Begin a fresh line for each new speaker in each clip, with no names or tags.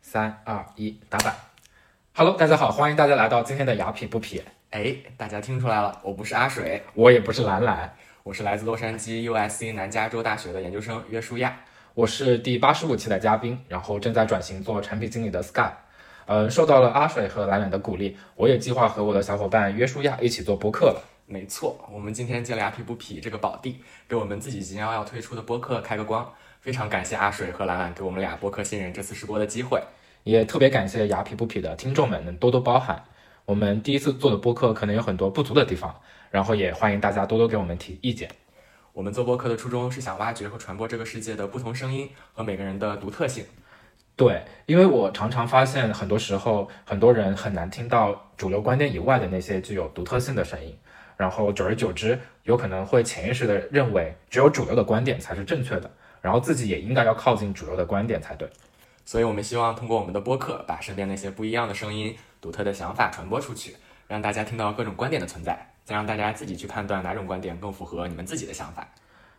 三二一，打板。Hello，大家好，欢迎大家来到今天的雅痞不痞，
哎，大家听出来了，我不是阿水，
我也不是兰兰，
我是来自洛杉矶 USC 南加州大学的研究生约书亚。
我是第八十五期的嘉宾，然后正在转型做产品经理的 Sky。呃，受到了阿水和兰兰的鼓励，我也计划和我的小伙伴约书亚一起做播客了。
没错，我们今天借了“牙皮不皮”这个宝地，给我们自己即将要推出的播客开个光。非常感谢阿水和兰兰给我们俩播客新人这次试播的机会。
也特别感谢雅痞不痞的听众们能多多包涵。我们第一次做的播客可能有很多不足的地方，然后也欢迎大家多多给我们提意见。
我们做播客的初衷是想挖掘和传播这个世界的不同声音和每个人的独特性。
对，因为我常常发现，很多时候很多人很难听到主流观点以外的那些具有独特性的声音，然后久而久之，有可能会潜意识的认为只有主流的观点才是正确的，然后自己也应该要靠近主流的观点才对。
所以我们希望通过我们的播客，把身边那些不一样的声音、独特的想法传播出去，让大家听到各种观点的存在，再让大家自己去判断哪种观点更符合你们自己的想法。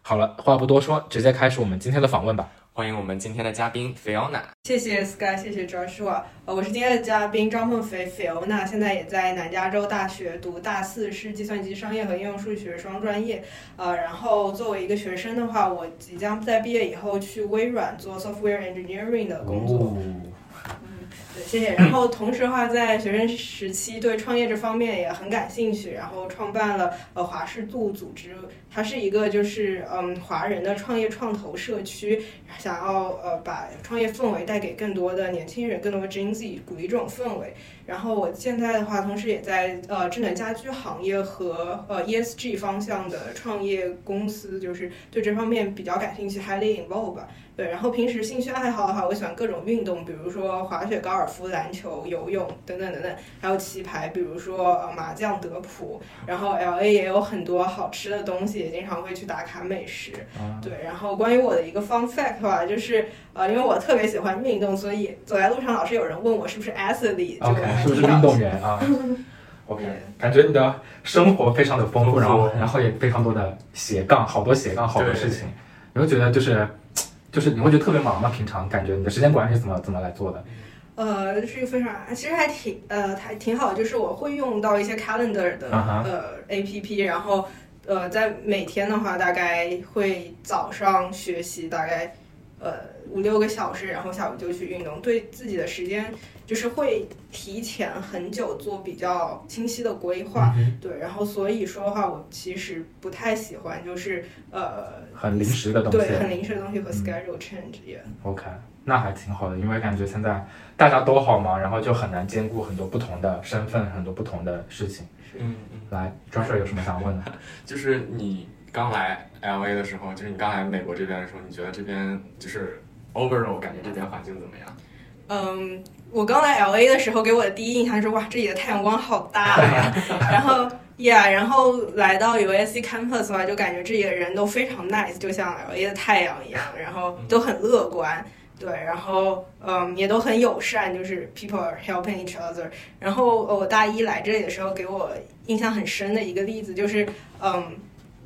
好了，话不多说，直接开始我们今天的访问吧。
欢迎我们今天的嘉宾 Fiona。
谢谢 Sky，谢谢 Joshua。呃，我是今天的嘉宾张梦肥 Fiona，现在也在南加州大学读大四，是计算机商业和应用数学双专业。呃，然后作为一个学生的话，我即将在毕业以后去微软做 software engineering 的工作。嗯对，谢谢。然后同时的话，在学生时期对创业这方面也很感兴趣，然后创办了呃华氏度组织，它是一个就是嗯华人的创业创投社区，想要呃把创业氛围带给更多的年轻人，更多的 Gen Z，鼓励这种氛围。然后我现在的话，同时也在呃智能家居行业和呃 ESG 方向的创业公司，就是对这方面比较感兴趣，highly involved 吧。对，然后平时兴趣爱好的话，我喜欢各种运动，比如说滑雪、高尔夫、篮球、游泳等等等等，还有棋牌，比如说呃麻将、德扑。然后 L A 也有很多好吃的东西，也经常会去打卡美食。对，然后关于我的一个 fun fact 吧，就是呃，因为我特别喜欢运动，所以走在路上老是有人问我是不是 athlete，就
OK，
还
是不是
挺搞
运动
笑
员啊 ？OK，感觉你的生活非常的丰富，然后然后也非常多的斜杠，好多斜杠，好多事情。你会觉得就是就是你会觉得特别忙吗？平常感觉你的时间管理是怎么怎么来做的？
呃，是一个非常，其实还挺呃还挺好，就是我会用到一些 calendar 的、
啊哈
呃 A P P，然后呃在每天的话大概会早上学习大概呃五六个小时，然后下午就去运动，对自己的时间就是会提前很久做比较清晰的规划，
嗯
对，然后所以说的话，我其实不太喜欢就是呃
很临时的东西嗯
对。很临时的东西和 schedule change 也
OK，那还挺好的，因为感觉现在大家都好忙，然后就很难兼顾很多不同的身份，很多不同的事情。
嗯嗯，
来，Joshua 有什么想问的？
就是你刚来 L A 的时候，就是你刚来美国这边的时候，你觉得这边就是 overall 感觉这边环境怎么样？
嗯，我刚来 LA 的时候，给我的第一印象是哇，这里的太阳光好大 呀。然后，yeah，然后来到 USC campus 的话，就感觉这里的人都非常 nice，就像 LA 的太阳一样，然后都很乐观，对，然后嗯，也都很友善，就是 people are helping each other。然后呃我大一来这里的时候，给我印象很深的一个例子就是，嗯。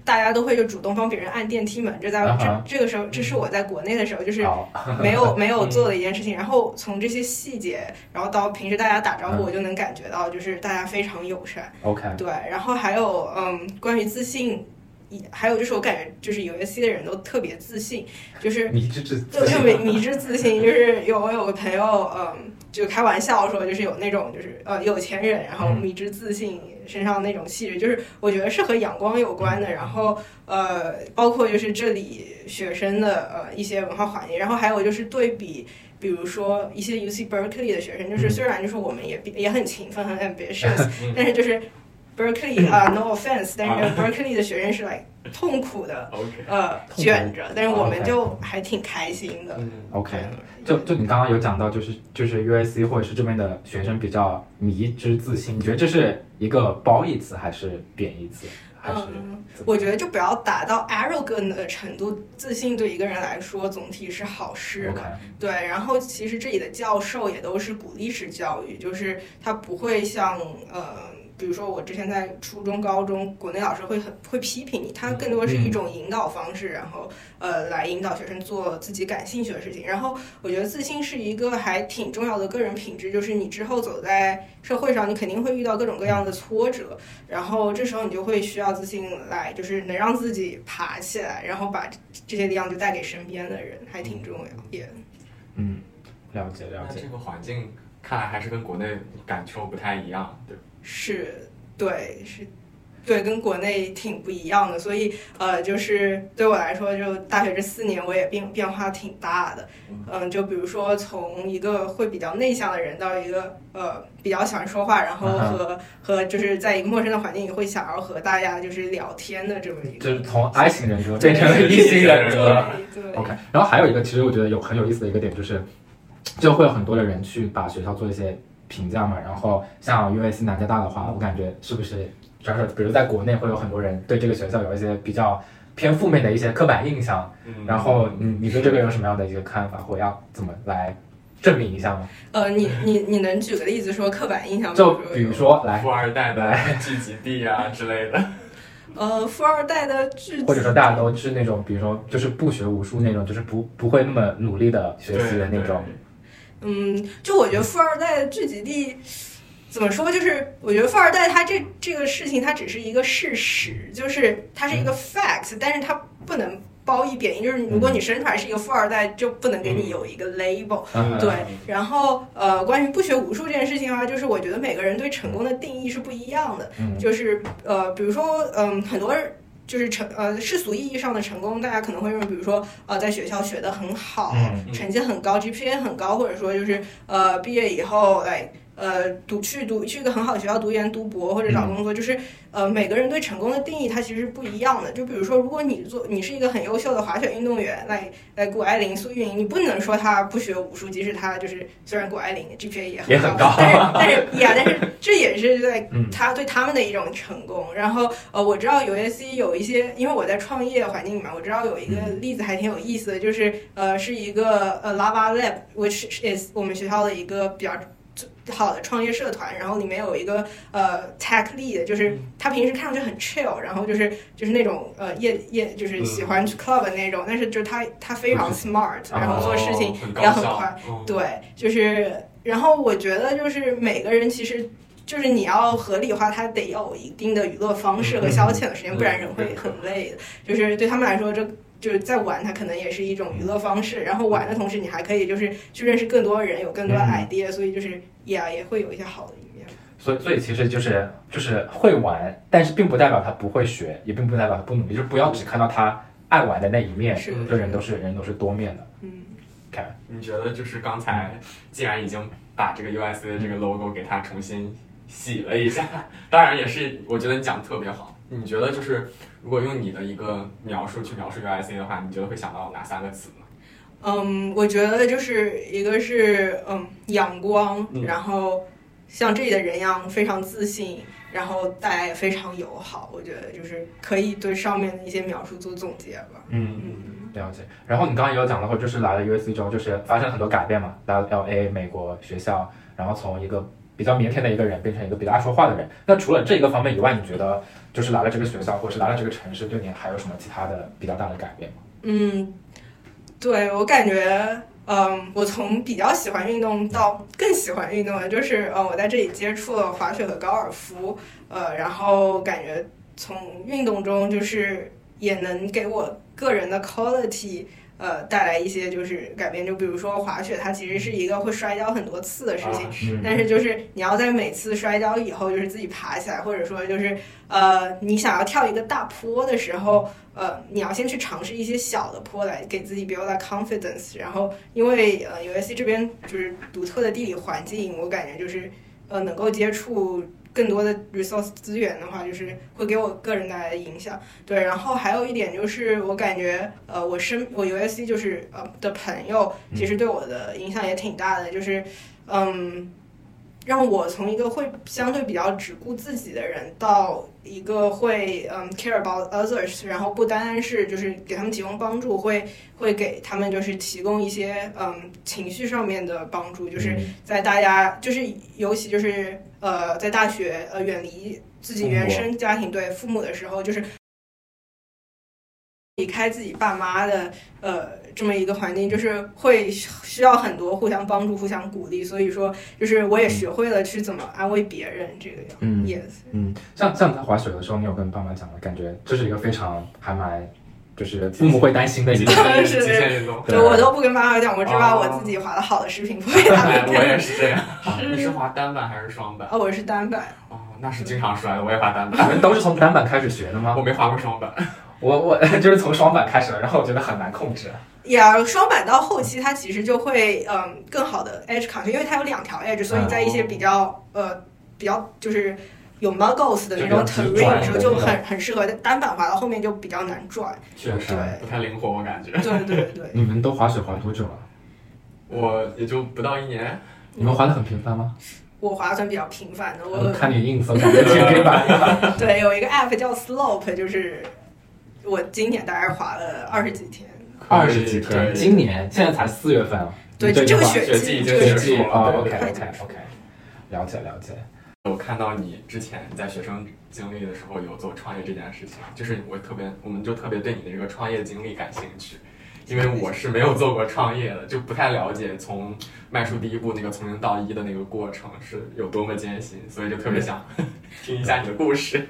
大家都会就主动帮别人按电梯门，这在我
啊哈
这这个时候，这是我在国内的时候，就是
好，
没有没有做的一件事情。然后从这些细节，然后到平时大家打招呼，我就能感觉到，就是大家非常友善。
OK，
对，然后还有嗯，关于自信，一还有就是我感觉就是有一些的人都特别自信，就是
你这这
就就迷迷之自信，就是有我有个朋友，嗯，就开玩笑说，就是有那种就是呃有钱人，然后
嗯
迷之自信身上那种气质，就是我觉得是和阳光有关的。然后呃，包括就是这里学生的呃一些文化环境，然后还有就是对比。比如说一些 UC Berkeley 的学生，就是
嗯
虽然就是我们也比也很勤奋、很 ambitious，但是就是 Berkeley 啊、n o offense，但是 Berkeley 的学生是来痛苦 的
OK，
呃
痛苦哦
卷着，但是我
，OK
们就还挺开心的。
嗯
OK。就就你刚刚有讲到，就是就是 USC 或者是这边的学生比较迷之自信，你觉得这是一个褒义词还是贬义词？还是
嗯
怎么
我觉得就不要达到 arrogant 的程度，自信对一个人来说总体是好事。
OK
对，然后其实这里的教授也都是鼓励式教育，就是他不会像呃，比如说我之前在初中、高中，国内老师会很会批评你，他更多是一种引导方式，然后呃来引导学生做自己感兴趣的事情。然后我觉得自信是一个还挺重要的个人品质，就是你之后走在社会上，你肯定会遇到各种各样的挫折，然后这时候你就会需要自信来，就是能让自己爬起来，然后把这些力量就带给身边的人，还挺重要。也
嗯，了解了
那
解。
这个环境看来还是跟国内感受不太一样，对吧。
是，对，是，对，跟国内挺不一样的，所以呃，就是对我来说，就大学这四年，我也变变化挺大的，嗯，就比如说从一个会比较内向的人，到一个呃比较喜欢说话，然后
嗯哼
和、和就是在一个陌生的环境里会想要和大家就是聊天的这么一个，
就是从 I 型人格变成了 E 型人
对
格。
对 对
OK，然后还有一个，其实我觉得有很有意思的一个点就是，就会有很多的人去把学校做一些评价嘛。然后像 USC 南加大的话，我感觉是不是，主要是比如在国内会有很多人对这个学校有一些比较偏负面的一些刻板印象。
嗯
然后你你对这个有什么样的一个看法，或要怎么来证明一下吗？
呃，你你你能举个例子说刻板印象吗？
就比如说来，
富二代的聚集地啊之类的，
呃，富二代的聚集，
或者说大家都是那种，比如说就是不学无术那种，就是不不会那么努力的学习的那种。
嗯，就我觉得富二代的聚集地怎么说，就是我觉得富二代他这这个事情，它只是一个事实，就是它是一个 fact，、但是它不能褒义贬义。就是如果你生出来是一个富二代，就不能给你有一个 label。
嗯，
对，然后呃，关于不学无术这件事情啊，就是我觉得每个人对成功的定义是不一样的，
嗯
就是呃，比如说嗯、很多人。就是成呃世俗意义上的成功，大家可能会认为，比如说呃在学校学得很好，
嗯
成绩很高，GPA 很高，或者说就是呃毕业以后来呃读去读去一个很好的学校读研读博或者
嗯
找工作，就是呃每个人对成功的定义它其实是不一样的。就比如说，如果你做你是一个很优秀的滑雪运动员，那呃，谷爱凌、苏运莹，你不能说她不学武术，即使她就是虽然谷爱凌 GPA 也
也
很
很高
但是但是呀，但是这也是在
嗯
她对他们的一种成功。然后呃，我知道 USC 有一些，因为我在创业环境里嘛，我知道有一个例子还挺有意思的，就是呃是一个呃 Lava Lab，which is 我们学校的一个比较。好的创业社团，然后里面有一个呃 tech lead，就是他平时看上去很 chill，然后就是就是那种呃夜夜就是喜欢去 club 的那种，但是就是他他非常 smart，然
哦
后做事情也很快，
哦嗯
对，就是，然后我觉得就是每个人其实就是你要合理化，他得有一定的娱乐方式和消遣的时间，
嗯
不然人会很累的。就是对他们来说，这就是在玩，它可能也是一种娱乐方式。然后玩的同时，你还可以就是去认识更多人，有更多
嗯
idea，所以就是也也会有一些好的一面。
所以，所以其实就是就是会玩，但是并不代表他不会学，也并不代表他不努力，就是不要只看到他爱玩的那一面。
是，
就人都是人都是多面的。
嗯。
你觉得就是刚才，既然已经把这个 US 的这个 logo 给它重新洗了一下，当然也是，我觉得你讲的特别好。你觉得就是，如果用你的一个描述去描述 USA 的话，你觉得会想到哪三个词呢？
嗯，我觉得就是一个是嗯阳光，
嗯
然后像这里的人一样非常自信，然后大家也非常友好。我觉得就是可以对上面的一些描述做总结吧。
嗯，
嗯，
了解。然后你刚刚也有讲到过，就是来了 USC 之后，就是发生很多改变嘛，来了 LA 美国学校，然后从一个比较腼腆的一个人变成一个比较爱说话的人。那除了这个方面以外，你觉得就是来了这个学校，或者是来了这个城市，对你还有什么其他的比较大的改变吗？
嗯，对我感觉，嗯，我从比较喜欢运动到更喜欢运动了，就是呃，我在这里接触了滑雪和高尔夫，呃，然后感觉从运动中就是也能给我个人的 quality。呃，带来一些就是改变，就比如说滑雪，它其实是一个会摔跤很多次的事情，
啊
嗯，
但是就是你要在每次摔跤以后，就是自己爬起来，或者说就是呃，你想要跳一个大坡的时候，呃，你要先去尝试一些小的坡来给自己 build up confidence。然后因为呃 USC 这边就是独特的地理环境，我感觉就是呃能够接触。更多的 resource 资源的话，就是会给我个人带来的影响。对，然后还有一点就是，我感觉，呃，我身我 USC 就是呃的朋友，其实对我的影响也挺大的，就是，嗯，让我从一个会相对比较只顾自己的人，到一个会嗯 care about others，然后不单单是就是给他们提供帮助，会会给他们就是提供一些嗯情绪上面的帮助，就是在大家就是尤其就是呃在大学呃远离自己原生家庭对父母的时候，就是离开自己爸妈的呃这么一个环境，就是会需要很多互相帮助、互相鼓励。所以说，就是我
嗯
也学会了去怎么安慰别人，这个样。
嗯
Yes，
像像你在滑雪的时候，你有跟爸妈讲吗？感觉这是一个非常还蛮，就是父母会担心的一
极
个。
限
是
极限运动。
对
就我都不跟爸妈讲，我只把
哦
我自己滑的好的视频发给他
哎
们
我
看。
也是这样。啊你是滑单板还是双板？
啊，我是单板，
哦，那是经常摔的。我也滑单板，
你们都是从单板开始学的吗
我？没滑过双板。
我我 就是从双板开始的，然后我觉得很难控制。
也呃双板到后期它其实就会嗯更好的 edge control，因为它有两条 edge，所以在一些比较呃比较就是有 muggles 的那种
就比较
terrain
直
的时
转
候就
的那种
很很适合，但单板滑到后面就比较难转。
确实
对
不太灵活，我感觉。
对对对，
你们都滑雪滑多久了？
我也就不到一年，
你们滑的很频繁吗？
我滑算比较频繁的，
我
我
看你硬分，感觉天黑板。
对有一个 app 叫 Slope，就是我今年大概滑了二十几天。
二十几
可以
天，今年现在才四月份啊。
对
你这
这个
句话
雪
雪季已经
雪
结
季
束
啊
了。对
，OK
对
OK OK，了解了解。
我看到你之前在学生经历的时候有做创业这件事情，就是我特别，我们就特别对你的这个创业经历感兴趣，因为我是没有做过创业的，就不太了解从迈出第一步那个从零到一的那个过程是有多么艰辛，所以就特别想听一下你的故事。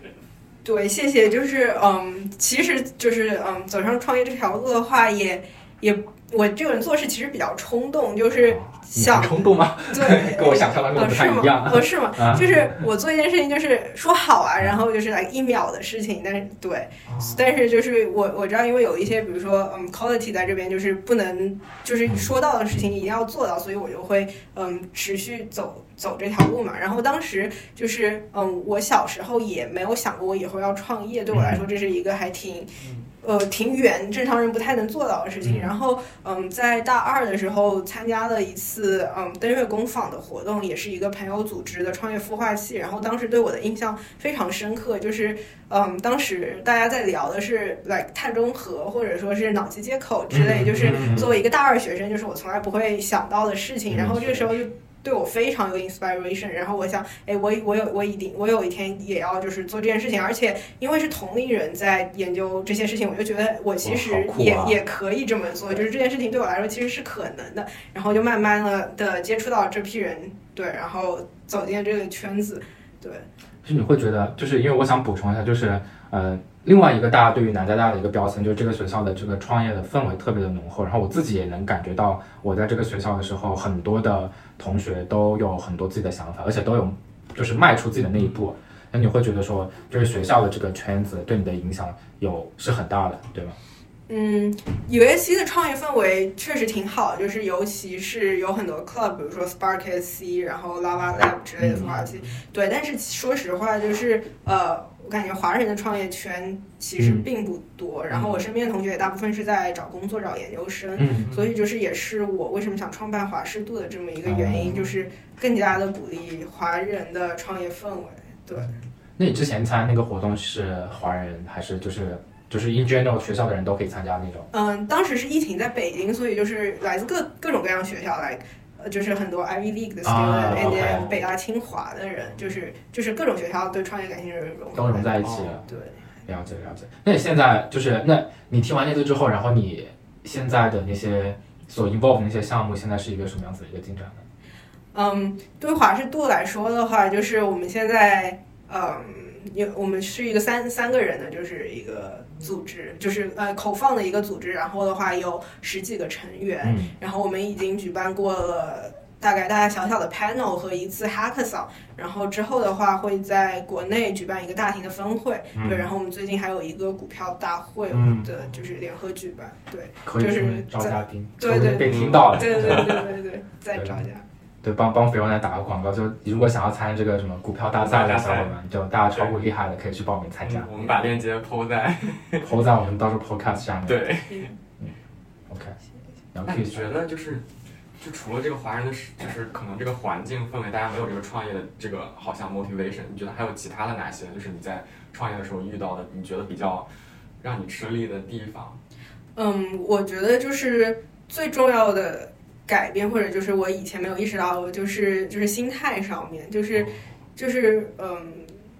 对，谢谢。就是嗯，其实就是嗯，走上创业这条路的话，也也我这个人做事其实比较冲动，就是
啊你很
想
冲动吗？
对
跟我想象当中
哦
不
是
太
吗
一样？。
哦是吗？
啊
就是我做一件事情，就是说好啊，然后就是来一秒的事情，但是对，
哦
但是就是我我知道，因为有一些比如说嗯 quality 在这边就是不能就是说到的事情一定要做到，所以我就会嗯持续走走这条路嘛。然后当时就是嗯我小时候也没有想过我以后要创业，对我来说这是一个还挺。呃，挺远，正常人不太能做到的事情。
嗯
然后，嗯，在大二的时候参加了一次嗯登月工坊的活动，也是一个朋友组织的创业孵化器。然后当时对我的印象非常深刻，就是嗯，当时大家在聊的是 like 碳中和或者说是脑机接口之类，
嗯
就是
嗯嗯
作为一个大二学生，就是我从来不会想到的事情。
嗯
然后这个时候就。对我非常有 inspiration，然后我想，哎，我我有我一定我有一天也要就是做这件事情，而且因为是同龄人在研究这些事情，我就觉得我其实
哇好酷
也、
啊
也可以这么做，就是这件事情对我来说其实是可能的。然后就慢慢的的接触到这批人，对，然后走进这个圈子，对，
就是你会觉得，就是因为我想补充一下，就是呃，另外一个大家对于南加大的一个标签，就是这个学校的这个创业的氛围特别的浓厚。然后我自己也能感觉到，我在这个学校的时候，很多的同学都有很多自己的想法，而且都有就是迈出自己的那一步。那你会觉得说，就是学校的这个圈子对你的影响有是很大的，对吗？
嗯，UAC 的创业氛围确实挺好，就是尤其是有很多 club，比如说 Spark SC，然后 Lava Lab 之类的孵化器，对。但是说实话，就是呃，我感觉华人的创业圈其实
嗯
并不多，然后我身边的同学也大部分是在找工作、找研究生，
嗯，
所
哦
以就是也是我为什么想创办华氏度的这么一个原因，就是更加的鼓励华人的创业氛围。对，
那你之前参加那个活动是华人还是就是就是 in general 学校的人都可以参加那种？
嗯，当时是疫情在北京，所以就是来自各各种各样学校来。呃，就是很多 Ivy League 的 student，、
啊
and then
OK
北大、清华的人，就是就是各种学校对创业感兴趣的人融合
都融在一起了。
嗯
对，
了解了解。那你现在就是，那你听完那次之后，然后你现在的那些所 involve 的那些项目，现在是一个什么样子的一个进展呢？
嗯，对华氏度来说的话，就是我们现在，嗯，有我们是一个三三个人的，就是一个组织，就是呃口放的一个组织，然后的话有十几个成员，
嗯，
然后我们已经举办过了大概大大小小的 panel 和一次 hackathon，然后之后的话会在国内举办一个大型的峰会，
嗯
对，然后我们最近还有一个股票大会
嗯
的，就是联合举办，对，
可以
就是
去招嘉宾，
对
说不定
对
被听到了。
对对对对对，在招家，
对，帮帮肥肉奶打个广告，就如果想要参加这个什么股票大赛的小伙伴，就大家炒股厉害的可以去报名参加
嗯，我们把链接抛在
投在我们到时候 podcast 上面。
对。
，OK，然后
那
可以
你
去
觉得就是，就除了这个华人的是，就是可能这个环境氛围，大家没有这个创业的这个好像 motivation，你觉得还有其他的哪些？就是你在创业的时候遇到的，你觉得比较让你吃力的地方？
嗯，我觉得就是最重要的改变，或者就是我以前没有意识到，就是就是心态上面，就是就是嗯，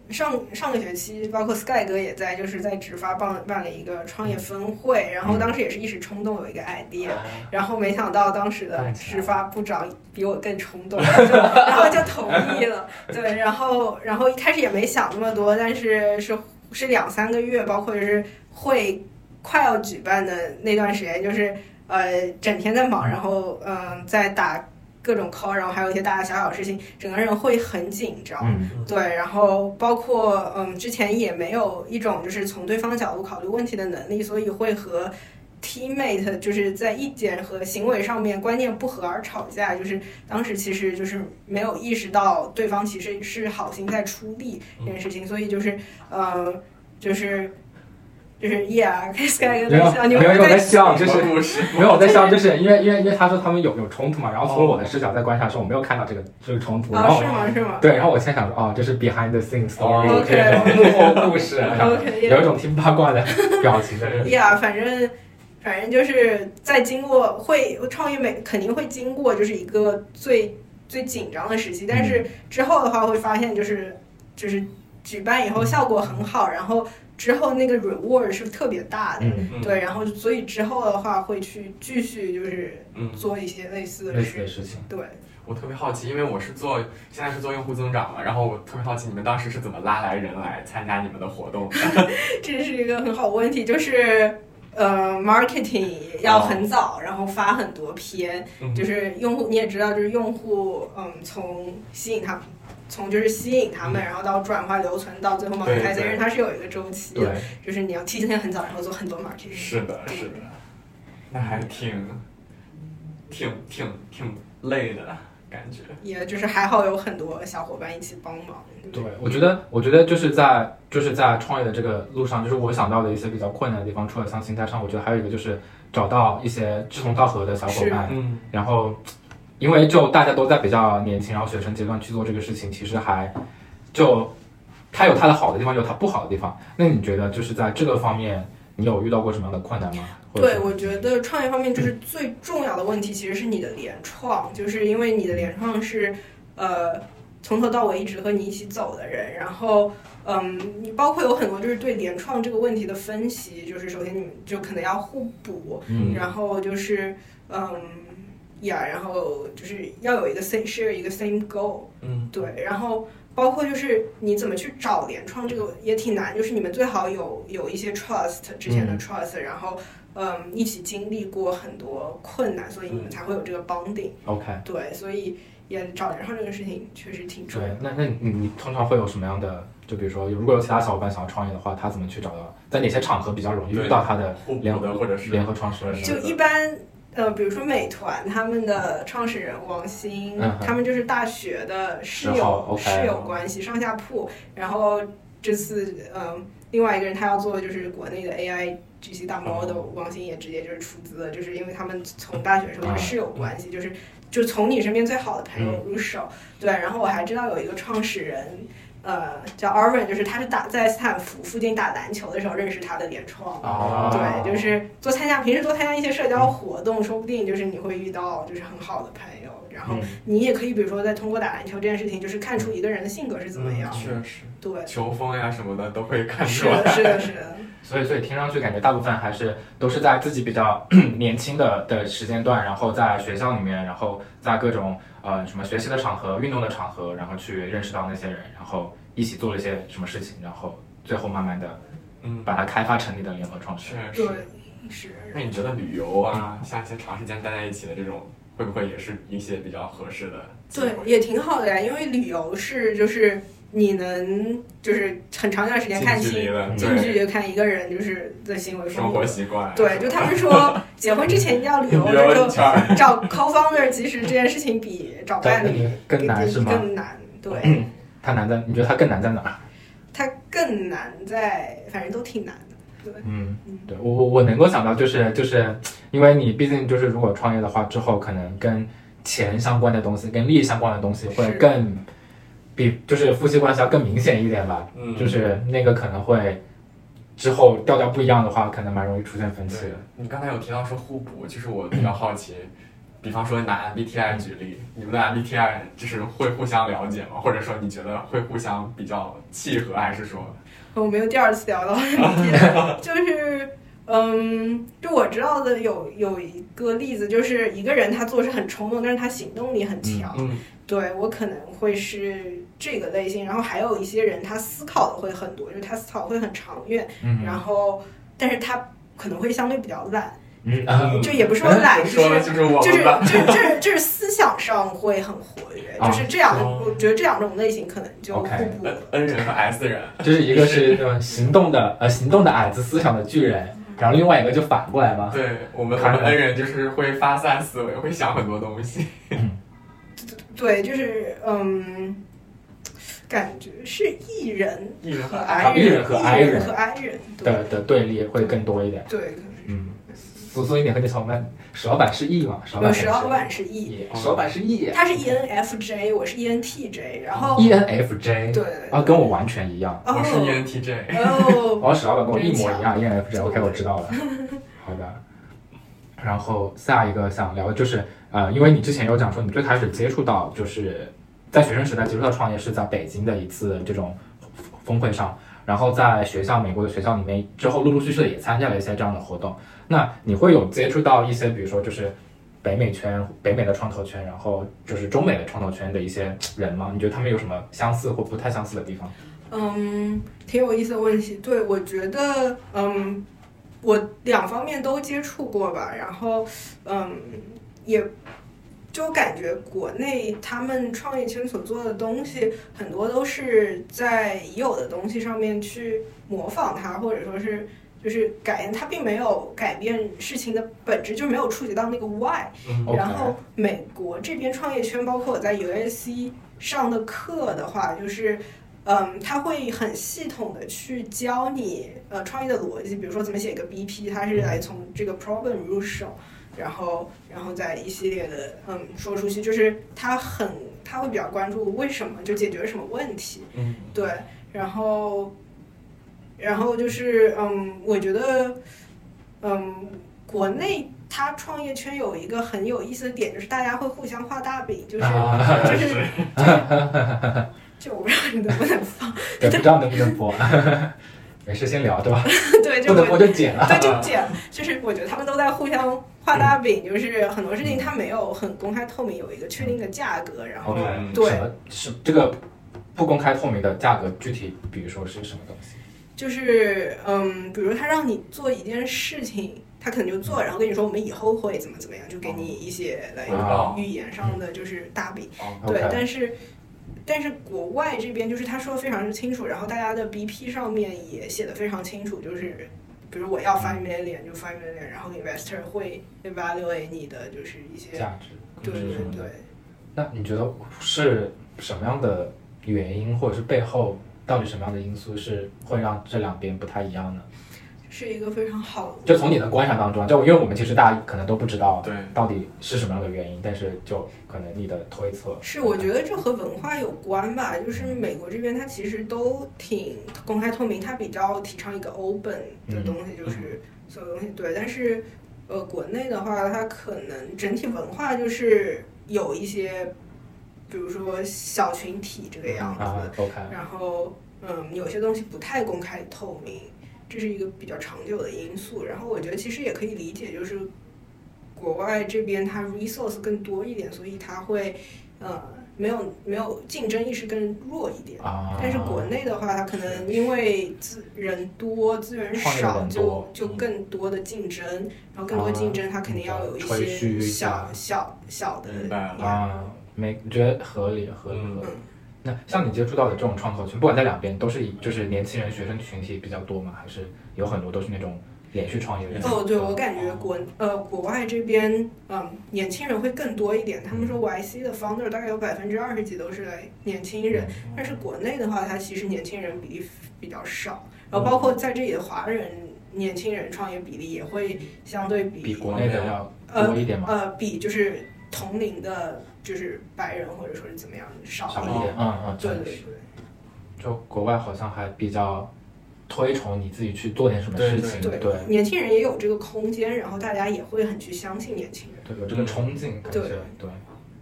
上上个学期，包括 Sky 哥也在，就是在直发办办了一个创业分会，然后当时也是一时冲动有一个 idea，然后没想到当时的直发部长比我更冲动，就然后就同意了。对，然后然后一开始也没想那么多，但是是是两三个月，包括就是会快要举办的那段时间，就是呃整天在忙，然后嗯、呃在打各种 call，然后还有一些大大小小的事情，整个人会很紧张。
嗯
对，然后包括嗯，之前也没有一种就是从对方角度考虑问题的能力，所以会和 teammate 就是在意见和行为上面观念不合而吵架。就是当时其实就是没有意识到对方其实是好心在出力这件事情，所以就是呃，就是就是 yeah，Sky 哥
没
在
有
笑，你
没有
们
我在
在
笑，就
啊这
是
是故事，
没有我在笑，就是因为因为因为他说他们有有冲突嘛，然后从我的视角在观察的时候，我没有看到这个这个冲突，然
啊，
后
是吗？是吗
对，然后我现在想说，哦，这是 behind the scenes story，、
哦
这种幕后故事， 然后
？OK，
有一种听八卦的 表情在这里。
呀，反正反正就是在经过会创业每肯定会经过就是一个最最紧张的时期，但
嗯
是之后的话会发现就是就是举办以后
嗯
效果很好，然后之后那个 reward 是特别大的。
嗯，
嗯
对，然后所以之后的话会去继续就是
嗯，
做一些类似的
类似的
事，
事情。
对，
我特别好奇，因为我是做现在是做用户增长嘛，然后我特别好奇你们当时是怎么拉来人来参加你们的活动的？
这是一个很好问题，就是呃，marketing
哦
要很早，然后发很多篇，
嗯
就是用户你也知道，就是用户嗯，从吸引他，从就是吸引他们，然后到转化留存，到最后 m a r k e t i
嗯对对
它是有一个周期
对
的，，就是你要提前很早，然后做很多 marketing。
是的，是的，那还挺挺挺挺累的感觉。
也就是还好有很多小伙伴一起帮忙。
对，我觉得，我觉得就是在就是在创业的这个路上，就是我想到的一些比较困难的地方，除了像心态上，我觉得还有一个就是找到一些志同道合的小伙伴，
嗯，
然后因为就大家都在比较年轻，然后学生阶段去做这个事情，其实还就它有它的好的地方，有它不好的地方。那你觉得就是在这个方面，你有遇到过什么样的困难吗？或者
对，
是
我觉得创业方面
嗯
就是最重要的问题，其实是你的联创，就是因为你的联创是，呃，从头到尾一直和你一起走的人，然后，嗯，你包括有很多就是对联创这个问题的分析，就是首先你们就可能要互补，
嗯
然后就是，嗯，呀，然后就是要有一个 same share 一个 same goal，
嗯
对，然后包括就是你怎么去找联创，这个也挺难，就是你们最好有有一些 trust 之前的
嗯
trust，、然后嗯一起经历过很多困难，所以
嗯
你们才会有这个 bonding。
OK。
对，所以也找联创这个事情确实挺重
对
要。，
那那你你通常会有什么样的？就比如说，如果有其他小伙伴想要创业的话，他怎么去找到？在哪些场合比较容易遇到他的
互补
联合
的或者是
联合创始人？
就一般。呃，比如说美团他们的创始人王兴，
嗯哼
他们就是大学的室
时
友、
候，OK 嗯
室友关系，上下铺。然后这次，嗯，另外一个人他要做的就是国内的 AI GC 大 model，、王
嗯
兴也直接就是出资了，就是因为他们从大学时候
啊
是室友关系，就是就从你身边最好的朋
嗯
友入手。对，然后我还知道有一个创始人。呃，叫 Arvin，就是他是打在斯坦福附近打篮球的时候认识他的联创，
啊，
哦
对，就是多参加，平时多参加一些社交活动，说不定就是你会遇到就是很好的朋友。然
嗯
后你也可以，比如说再通过打篮球这件事情，就是看出一个人的性格是怎么样。
嗯确实，
对，
球风呀什么的都会看
是
出来。
的，是的，是的，
所以所以听上去感觉大部分还是都是在自己比较 年轻的的时间段，然后在学校里面，然后在各种呃什么学习的场合、运动的场合，然后去认识到那些人，然后一起做了一些什么事情，然后最后慢慢的
嗯，
把它开发成你的联合创始人。
确
对
实。，
是。
那你觉得旅游啊，像一些长时间待在一起的这种，会不会也是一些比较合适的机
对
会？，
也挺好的呀，因为旅游是就是你能就是很长一段时间看
近距离
清
的
近距
对
离看一个人就是的行为
生
风
活
格。
习惯啊，
对，就他们说结婚之前一定要旅游，
旅
就是
游
说
一圈儿，
找 co-founder 其实这件事情比找伴侣
更难是吗？嗯
更难，对，
它难在你觉得它更难在哪儿？
它更难在，反正都挺难的。
嗯
嗯，
对我我我能够想到就是就是，因为你毕竟就是如果创业的话，之后可能跟钱相关的东西、跟利益相关的东西会
是
更比就是夫妻关系要更明显一点吧，
嗯
就是那个可能会之后调调不一样的话，可能蛮容易出现分歧
对
的。，
你刚才有提到说互补，就是我比较好奇，比方说拿 MBTI 举
嗯
例，你们的 MBTI 就是会互相了解吗？或者说你觉得会互相比较契合，还是说
我们又第二次聊到 MBTI，就是嗯，就我知道的有有一个例子，就是一个人他做事很冲动，但是他行动力很强。
嗯
对我可能会是这个类型，然后还有一些人他思考的会很多，就是他思考会很长远，
嗯
然后但是他可能会相对比较懒，
嗯啊
就也不是说懒，就
说
是
的就是我
就
们
是
吧？
就是就是就是思想上会很活跃，
啊
就是这样，
哦
我觉得这两种类型可能就互
OK
补
N
了。
N 人和 S 人，
就是一个是那种行动的呃行动的矮子，思想的巨人，
嗯
然后另外一个就反过来嘛。
对我们我
看
们
着
N 人就是会发散思维，会想很多东西。
对，就是嗯，感觉是 E 人
啊艺人
和
和
E 人和 I
I 人
人
和 I 人，对
的的对立会更多一点。
对，
嗯，
所所以你和你小伙伴，石老板是 E 嘛？石老
有
板
时候晚是 E，
E，石老
嗯
板是 E，
他是 ENFJ，我是 E ENTJ，然后
，E
ENFJ，
对
啊，跟我完全一样。
我是 E
哦
ENTJ，
哦，
哦，史老板跟我一模一样
真
，ENFJ，OK，、
巧
我知道了。好的。然后下一个想聊的就是，呃，因为你之前有讲说，你最开始接触到就是在学生时代接触到创业是在北京的一次这种峰会上，然后在学校美国的学校里面之后，陆陆续续的也参加了一些这样的活动。那你会有接触到一些，比如说就是北美圈、北美的创投圈，然后就是中美的创投圈的一些人吗？你觉得他们有什么相似或不太相似的地方？
嗯，挺有意思的问题。对，我觉得，嗯，我两方面都接触过吧，然后，嗯，也就感觉国内他们创业圈所做的东西，很多都是在已有的东西上面去模仿它，或者说是。就是改变，它并没有改变事情的本质，就是没有触及到那个 why。
嗯
OK
然后美国这边创业圈，包括我在 USC 上的课的话，就是。嗯，他会很系统的去教你呃创业的逻辑，比如说怎么写一个 BP，它是来从这个 problem 入手，然后然后再一系列的嗯说出去，就是他很他会比较关注为什么就解决什么问题，
嗯，
对，然后，然后就是，嗯，我觉得，嗯，国内它创业圈有一个很有意思的点，就是大家会互相画大饼，就是、
啊
就是是，就我不知道你能不能放，
对，不知道能不能播，
没事，先聊对吧？
对，就
不能
我
播就剪了。
对， 就这样，就是我觉得他们都在互相画大饼，就是很多事情它没有很公开透明，有一个确定的价格，然后
哦
OK，
嗯
对
什么是这个不公开透明的价格？具体比如说是什么东西？
就是嗯，比如他让你做一件事情，他可能就做，然后跟你说我们以后会怎么怎么样，就给你一些来
回报
语言上的就是大饼。
哦
对
啊嗯 OK
但是但是国外这边就是他说的非常清楚，然后大家的 BP 上面也写的非常清楚，就是。比如我要 five million 就 five million，然后 investor 会 evaluate 你的就是一些
价值？
对对
什么的
对，
那你觉得是什么样的原因，或者是背后到底什么样的因素是会让这两边不太一样呢？
是一个非常好的
就从你的观察当中，啊就因为我们其实大家可能都不知道
对
到底是什么样的原因，但是就可能你的推测
是，我觉得这和文化有关吧。就是美国这边，它其实都挺公开透明，它比较提倡一个 open 的东西，就是所有东西对。但是，呃，国内的话，它可能整体文化就是有一些，比如说小群体这个样子，
啊，OK，
然后嗯，有些东西不太公开透明，这是一个比较长久的因素。然后我觉得其实也可以理解，就是国外这边它 resource 更多一点，所以它会呃没有没有竞争意识更弱一点。
啊，
但是国内的话，它可能因为资人多、资源
创业
少，
人
就
多
就更多的竞争，然后更多
啊
竞争，它肯定要有一
吹嘘
些
一
小
下
小小的
明白了
啊，没觉得合理合理
嗯
合理。那像你接触到的这种创投群，不管在两边，都是以就是年轻人、学生群体比较多吗？还是有很多都是那种连续创业的？
哦，对，我感觉国呃国外这边，嗯，年轻人会更多一点。他
嗯
们说 YC 的 founder 大概有百分之二十几都是来年轻
嗯
人，呃但是国内的话，它其实年轻人比例比较少，然
嗯
后包括在这里的华人年轻人创业比例也会相对比
比国
哦
内的要
呃
多一点吗？
呃比就是同龄的，就是白人或者说是怎么样少
少
一
一
哦
点。
点，嗯嗯，
对对
对，
对，
就国外好像还比较推崇你自己去做点什么
对
事情，
对
对
对，年轻人也有这个空间，然后大家也会很去相信年轻人。
对有这个冲劲感觉，
对
对。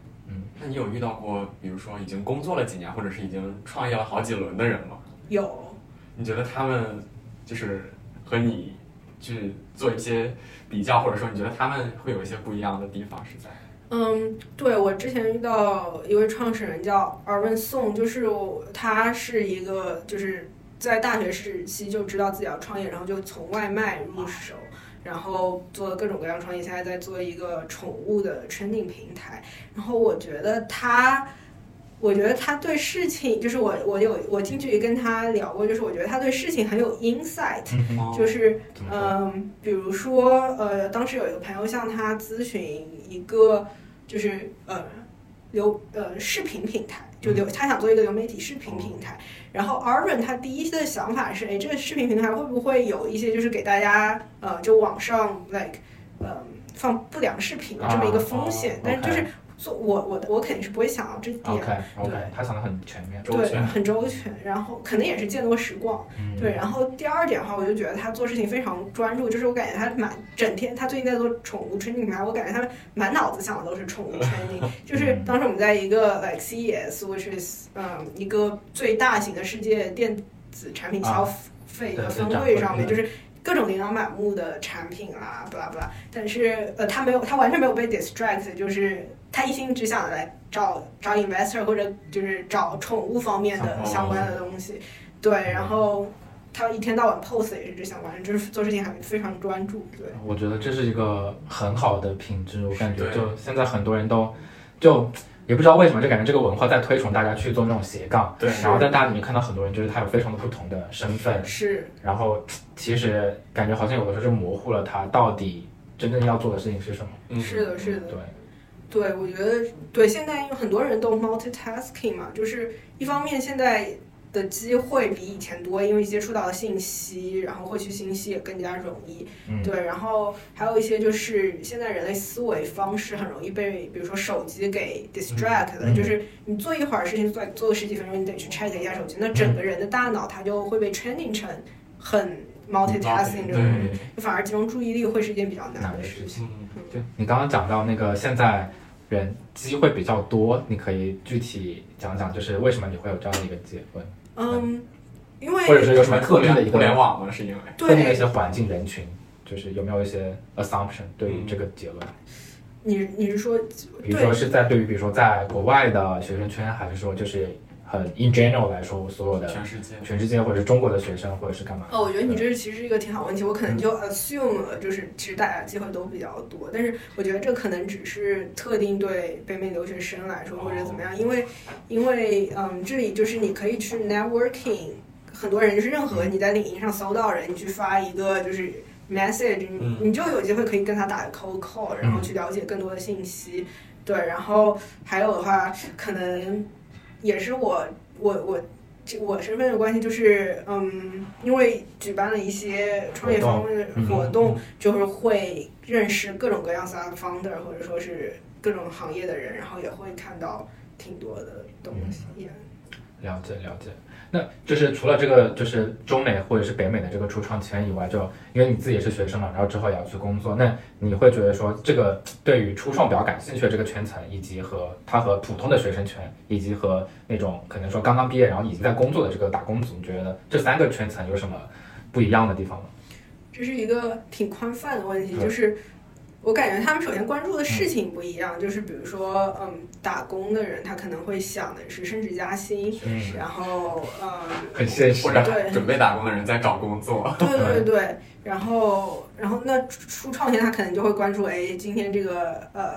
那你有遇到过，比如说已经工作了几年，或者是已经创业了好几轮的人吗？
有，
你觉得他们就是和你去做一些比较，或者说你觉得他们会有一些不一样的地方是在？
嗯，对我之前遇到一位创始人叫 Arvin Song，就是我他是一个就是在大学时期就知道自己要创业，然后就从外卖入手。然后做各种各样创业，现在在做一个宠物的 training 平台。然后我觉得他，我觉得他对事情，就是我我有我近距离跟他聊过，就是我觉得他对事情很有 insight，就
哦
是
怎么说？
嗯，比如说，呃，当时有一个朋友向他咨询一个，就是呃，流呃视频平台，就
嗯
流他想做一个流媒体视频平台。然后 Arvin 他第一的想法是，哎，这个视频平台会不会有一些就是给大家呃，就网上 like 嗯、放不良视频的这么一个
啊
风险？
哦
但是就
OK
是做我我的我肯定是不会想到这点
OK
对
OK，他想的很全面，
周
对，
全
很周全。然后可能也是见多识广。
嗯
对，然后第二点的话，我就觉得他做事情非常专注，就是我感觉他满整天，他最近在做宠物 training 嘛，我感觉他满脑子想的都是宠物 training。就是当时我们在一个 like CES，which is 嗯一个最大型的世界电子产品消费的
啊对
峰
对展
会
会
上面，
嗯
就是。各种琳琅满目的产品啊，巴拉巴拉，但是呃，他没有，他完全没有被 distract，就是他一心只想来找找 investor 或者就是找宠物方面的相关
哦
的东西，对，然后他一天到晚 pose 也是这相关，就是做事情还非常专注。对，
我觉得这是一个很好的品质，我感觉
对
就现在很多人都就也不知道为什么，就感觉这个文化在推崇大家去做那种斜杠，
对
然后在大家里面看到很多人就是他有非常的不同的身份，
是，
然后其实感觉好像有的时候就模糊了他到底真正要做的事情是什么，
嗯
是的，是的。
对。
对，我觉得对，现在有很多人都 multitasking 嘛，就是一方面现在的机会比以前多，因为接触到的信息，然后获取信息也更加容易。
嗯
对，然后还有一些就是现在人类思维方式很容易被，比如说手机给 distract 的，
嗯
就是你做一会儿事情，做做个十几分钟，你得去 check 一下手机，那
嗯
整个人的大脑它就会被 training 成很 multitasking 这种，
对，
就反而集中注意力会是一件比较难
难
的
的
事
事
情。
情。
嗯
对你刚刚讲到那个现在人机会比较多，你可以具体讲讲，就是为什么你会有这样的一个结论，
嗯，因为
或者是有什么特
互
定的一
联互
个
联网呢？是因为
特定的一
对
些环境人群，就是有没有一些 assumption 对于这个结论？
你你是说
比如说是在对于比如说在国外的学生圈，还是说就是很 in general 来说，所有的
全世界
全世界或者是中国的学生或者是干嘛？
哦，我觉得你这是其实是一个挺好问题，我可能就 assume 了，就是其实大家机会都比较多，但是我觉得这可能只是特定对北美留学生来说或者怎么样，因为因为嗯，这里就是你可以去 networking，很多人就是任何你在领英上搜到人，你去发一个就是。message，你
嗯
你就有机会可以跟他打个 cold call，然后去了解更多的信息，对，然后还有的话，可能也是我我我这我身份的关系，就是嗯，因为举办了一些创业方面的活动，就是会认识各种各样的 founder 或者说是各种行业的人，然后也会看到挺多的东西。也
了解了解。那就是除了这个，就是中美或者是北美的这个初创圈以外，就因为你自己也是学生嘛，然后之后也要去工作，那你会觉得说这个对于初创比较感兴趣的这个圈层，以及和它和普通的学生圈，以及和那种可能说刚刚毕业然后已经在工作的这个打工族，你觉得这三个圈层有什么不一样的地方吗？
这是一个挺宽泛的问题，
对
就是我感觉他们首先关注的事情不一样，就是比如说，嗯，打工的人他可能会想的是升职加薪，
嗯，
然后，嗯，
很现
或
实。
者
对
准备打工的人在找工 作，
对对对，然后然后那初创前他可能就会关注，哎，今天这个呃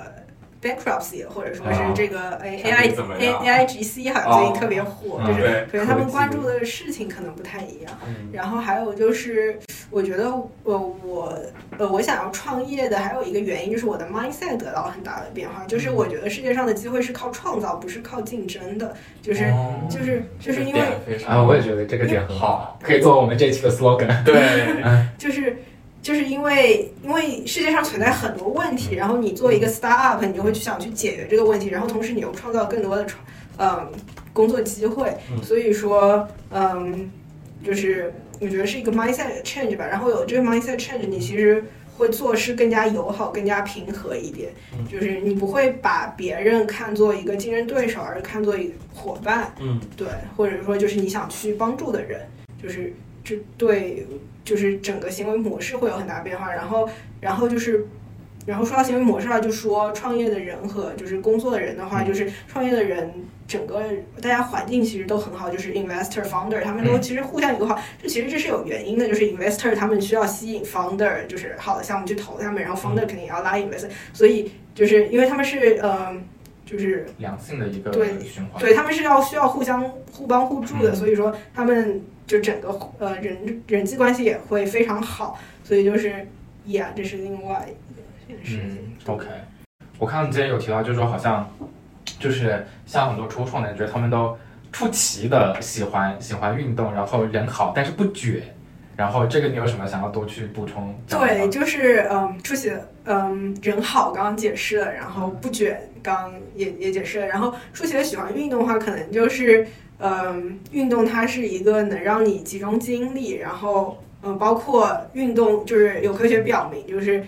bankruptcy，或者说是
啊
这个哎
产
AI
品怎么
A
样啊
AI GC 好像最近特别火，
啊
就是
对
可能他们
科技
关注的事情可能不太一样。
嗯
然后还有就是，我觉得呃我呃我想要创业的还有一个原因就是我的 mindset 得到了很大的变化，就是我觉得世界上的机会是靠创造，不是靠竞争的，就是
哦
就是就是因为
点非常
啊，我也觉得这个点很好，
好，
可以做我们这一期的 slogan。
对，
就是就是因为因为世界上存在很多问题，然后你做一个 startup，你就会去想去解决这个问题，然后同时你又呃创造更多的创嗯工作机会，
嗯
所以说嗯。就是我觉得是一个 mindset change 吧。然后有这个 mindset change，你其实会做事更加友好、更加平和一点，就是你不会把别人看作一个竞争对手，而是看作一个伙伴，
嗯，
对，或者说就是你想去帮助的人，就是这对，就是整个行为模式会有很大变化。然后，然后就是。然后说到行为模式啊了，就说创业的人和就是工作的人的话，就是创业的人整个大家环境其实都很好，就是 investor founder 他们都其实互相友好。这其实这是有原因的，就是 investor 他们需要吸引 founder 就是好的项目去投他们，然后 founder 肯定也要拉 investor，所以就是因为他们是呃就是
良性的一个
对
循环。
对，他们是要需要互相互帮互助的，所以说他们就整个呃人人际关系也会非常好，所以就是呀，这是另外一件事情
嗯。，OK。我看到你之前有提到，就是说好像就是像很多初创的人，觉得他们都出奇的喜欢喜欢运动，然后人好，但是不卷。然后这个你有什么想要多去补充讲的吗？
对，就是嗯，出席嗯人好刚刚解释了，然后不卷刚也也解释了，然后出席的喜欢运动的话，可能就是嗯运动它是一个能让你集中精力，然后嗯包括运动就是有科学表明，就是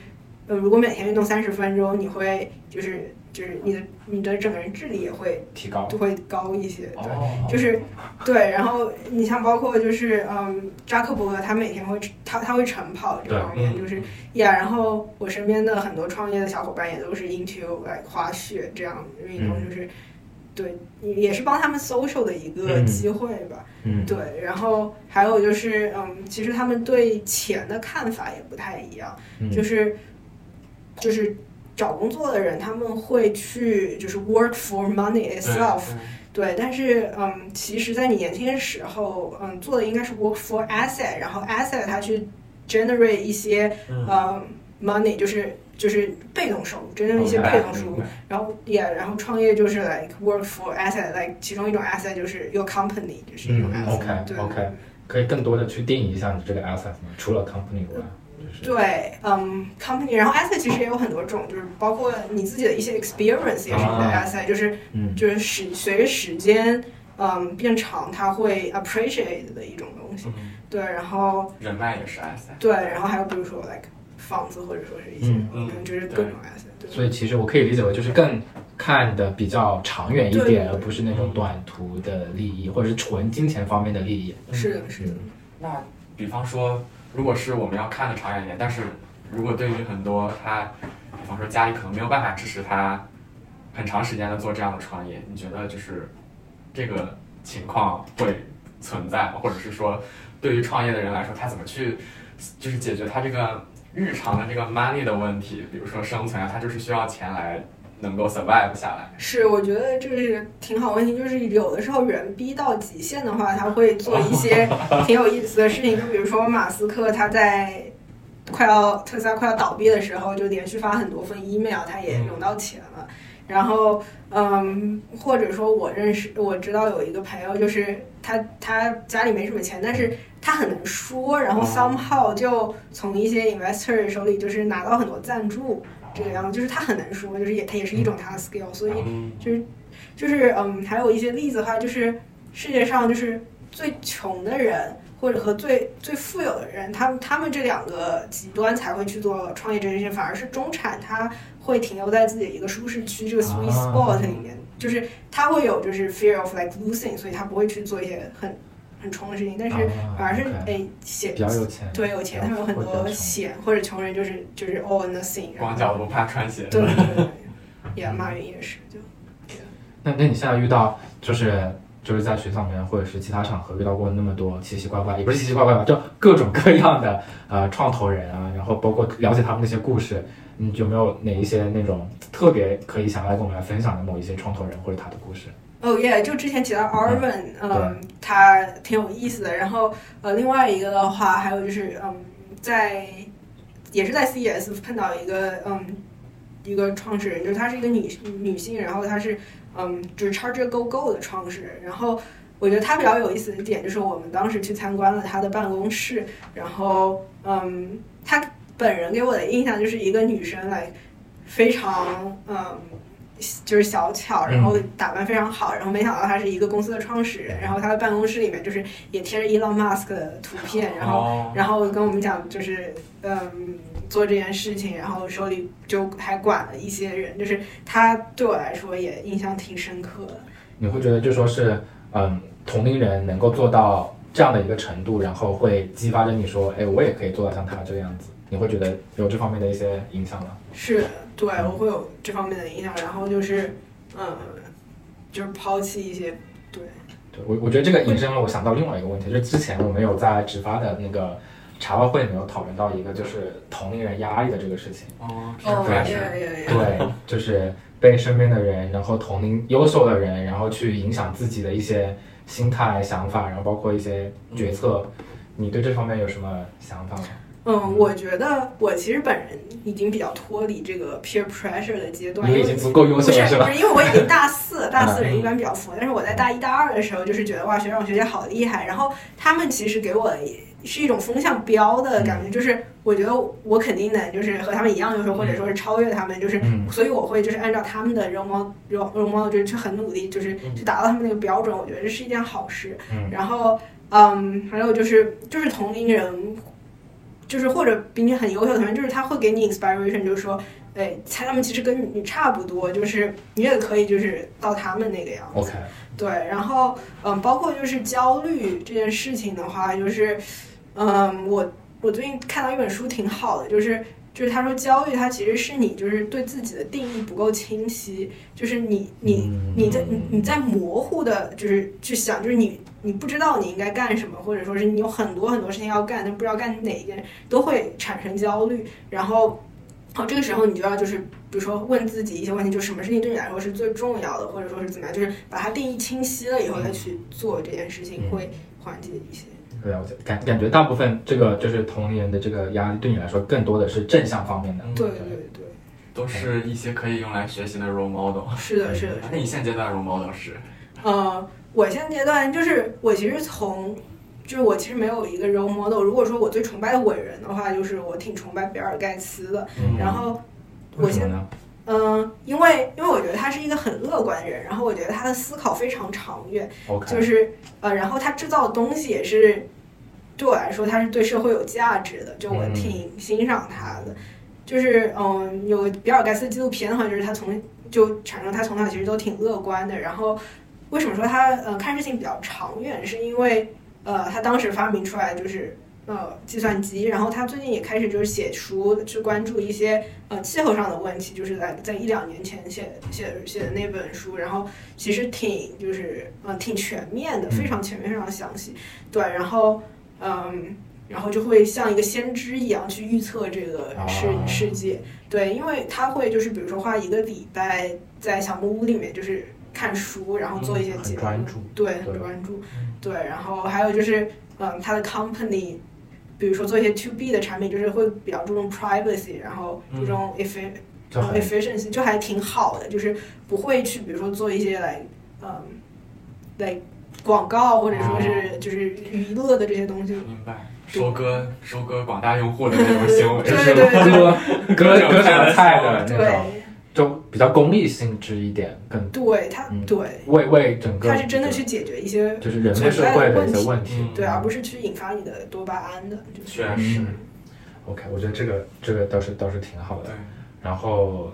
呃如果每天运动三十分钟，你会就是就是你的你的整个人智力也会
提高。
就会高一些，对。
哦
就是对，然后你像包括就是嗯，扎克伯格他每天会他他会晨跑这
对
方面，就是呀，然后我身边的很多创业的小伙伴也都是 into like 滑雪这样的运动，
嗯
就是对，也是帮他们 social 的一个
嗯
机会吧。
嗯，
对，然后还有就是嗯，其实他们对钱的看法也不太一样，
嗯
就是就是找工作的人他们会去就是 work for money
对
itself。对，
嗯
但是嗯，其实，在你年轻的时候，嗯，做的应该是 work for asset，然后 asset 它去 generate 一些
嗯
呃 money，就是就是被动收入，真正一
哦
些被
哎
哎
动收
嗯
入。然后也然后创业就是 like work for asset，like 其中一种 asset 就是 your company，就是一种
嗯
asset、
，OK
对
OK，可以更多的去定义一下你这个 asset 吗？除了 company 以外，就是
对，嗯，company，然后 asset 其实也有很多种，就是包括你自己的一些 experience 也是你的
啊
asset，、就是
嗯
就是时随着时间，嗯，变长，它会 appreciate 的一种东西。
嗯
对，然后
人脉也是 S，
对，然后还有比如说 like 房子或者说是一些
嗯
嗯
就是各
对
种 asset，对
所以其实我可以理解为就是更看的比较长远一
对
点，而不是那种短途的利益，或者是纯金钱方面的利益。
是的，是的，
那比方说，如果是我们要看的长远一点，但是如果对于很多他，比方说家里可能没有办法支持他很长时间的做这样的创业，你觉得就是这个情况会存在吗？或者是说，对于创业的人来说，他怎么去就是解决他这个日常的这个 money 的问题？比如说生存啊，他就是需要钱来能够 survive 下来。
是我觉得这是挺好问题，就是有的时候人逼到极限的话，他会做一些挺有意思的事情，就比如说马斯克他在。快要特斯拉快要倒闭的时候，就连续发很多份 email，他也融到钱了。然后，嗯，或者说我认识我知道有一个朋友，就是他他家里没什么钱，但是他很能说，然后
哦
somehow 就从一些 investor 手里就是拿到很多赞助，这个样子，就是他很能说，就是也他也是一种他的 skill，所以
嗯
就是就是嗯，还有一些例子的话，就是世界上就是最穷的人。或者和最最富有的人，他们他们这两个极端才会去做创业这件事情，反而是中产他会停留在自己的一个舒适区，这个 sweet
啊
spot 里面，就是他会有就是 fear of like losing，所以他不会去做一些很很冲的事情，但是
啊
反而是
OK
哎写
比较有钱，
对有钱，他们有很多闲或者穷人就是就是 all or nothing，然后
光脚不怕穿鞋。
对对对对，也马云也是就。
那那你现在遇到就是就是在学校里面或者是其他场合遇到过那么多奇奇怪怪，也不是奇奇怪怪吧，就各种各样的呃创投人啊，然后包括了解他们那些故事，你有没有哪一些那种特别可以想要跟我们来分享的某一些创投人或者他的故事？
哦耶！就之前提到 Arvin，嗯，他挺有意思的。然后呃，另外一个的话，还有就是嗯，在也是在 CES 碰到一个嗯一个创始人，就是她是一个女女性，然后她是嗯就是 Charger Go Go 的创始人。然后我觉得她比较有意思的点就是，我们当时去参观了她的办公室，然后嗯，她本人给我的印象就是一个女生来非常嗯。就是小巧，然后打扮非常好，然后没想到他是一个公司的创始
嗯
人，然后他的办公室里面就是也贴着 Elon Musk 的图片，然后
哦
然后跟我们讲就是嗯做这件事情，然后手里就还管了一些人，就是他对我来说也印象挺深刻的。
你会觉得就说是，嗯，同龄人能够做到这样的一个程度，然后会激发着你说，哎，我也可以做到像他这个样子。你会觉得有这方面的一些影响吗？
是，对
嗯
我会有这方面的影响，然后就是嗯就是抛弃一些对。
对我，我觉得这个引申了我想到另外一个问题，就之前我们有在直发的那个茶话会里面有讨论到一个就是同龄人压力的这个事情。
哦，是
哦，
对
也
是
也也，
对，就是被身边的人，然后同龄优秀的人，然后去影响自己的一些心态、想法，然后包括一些决策。你对这方面有什么想法吗？
嗯，我觉得我其实本人已经比较脱离这个 peer pressure 的阶段，
因
因
为已
为
经足够优
不
秀
是
了，是
不
吧？
是，因为我已经 大四，大四人
嗯
一般比较佛，但是我在大一大二的时候，就是觉得哇，学长学姐好厉害。然后他们其实给我是一种风向标的感
嗯
觉，就是我觉得我肯定能就是和他们一样优秀，或者说是超越他们，就是
嗯
所以我会就是按照他们的 role model role model 就是去很努力，就是去达到他们那个标准。我觉得这是一件好事。
嗯
然后嗯，还有就是就是同龄人。就是或者比你很优秀的同学，就是他会给你 inspiration，就是说，哎，他们其实跟你差不多，就是你也可以就是到他们那个样子。
OK，
对，然后嗯，包括就是焦虑这件事情的话，就是嗯，我我最近看到一本书挺好的，就是。就是他说焦虑，它其实是你就是对自己的定义不够清晰，就是你你你在
嗯
你你在模糊的，就是去想，就是你你不知道你应该干什么，或者说是你有很多很多事情要干，但不知道干哪一件，都会产生焦虑。然后，好，这个时候你就要就是，比如说问自己一些问题，就什么事情对你来说是最重要的，或者说是怎么样，就是把它定义清晰了以后再去做这件事情，
嗯
会缓解一些。
了解。感感觉大部分这个就是同龄人的这个压力，对你来说更多的是正向方面的。
对对对，
都是一些可以用来学习的 role model。
是的，是的，
那你现阶段的 role model 是？
呃，我现阶段就是我其实从，就是我其实没有一个 role model。如果说我最崇拜的伟人的话，就是我挺崇拜比尔盖茨的。
嗯
然后我
为什
现
么呢？
嗯，因为因为我觉得他是一个很乐观的人，然后我觉得他的思考非常长远，
？OK，
就是呃，然后他制造的东西也是对我来说，他是对社会有价值的，就我
嗯
挺欣赏他的。就是嗯，有比尔盖茨纪录片的话，就是他从就产生他从小其实都挺乐观的。然后为什么说他呃看事情比较长远，是因为呃他当时发明出来就是。呃，计算机，然后他最近也开始就是写书，去关注一些呃气候上的问题，就是在在一两年前写写写的那本书，然后其实挺就是呃挺全面的，非常全面，非常详细。对，然后嗯，然后就会像一个先知一样去预测这个世、
啊
世界。对，因为他会就是比如说花一个礼拜在小木屋里面就是看书，然后做一
嗯
些
很
节目，
专注
对，
对
很专注，对。然后还有就是嗯，他的 company。比如说做一些 to B 的产品，就是会比较注重 privacy，然后注重 effi
嗯就
然后
很
efficiency 就还挺好的，就是不会去比如说做一些来嗯来广告或者
啊
说是就是娱乐的这些东西。
明白，收割收割广大用户的那种行为。
就
对
是
对对
割割割什么菜的那
对
种，就比较功利性质一点，更
对，他
嗯
对
为为整个
他是真的去解决一些
就是人类社会的一些问题
嗯，
对，啊而不是去引发你的多巴胺的。就是
确实，
嗯 OK，我觉得这个这个倒是倒是挺好 的
对。，
然后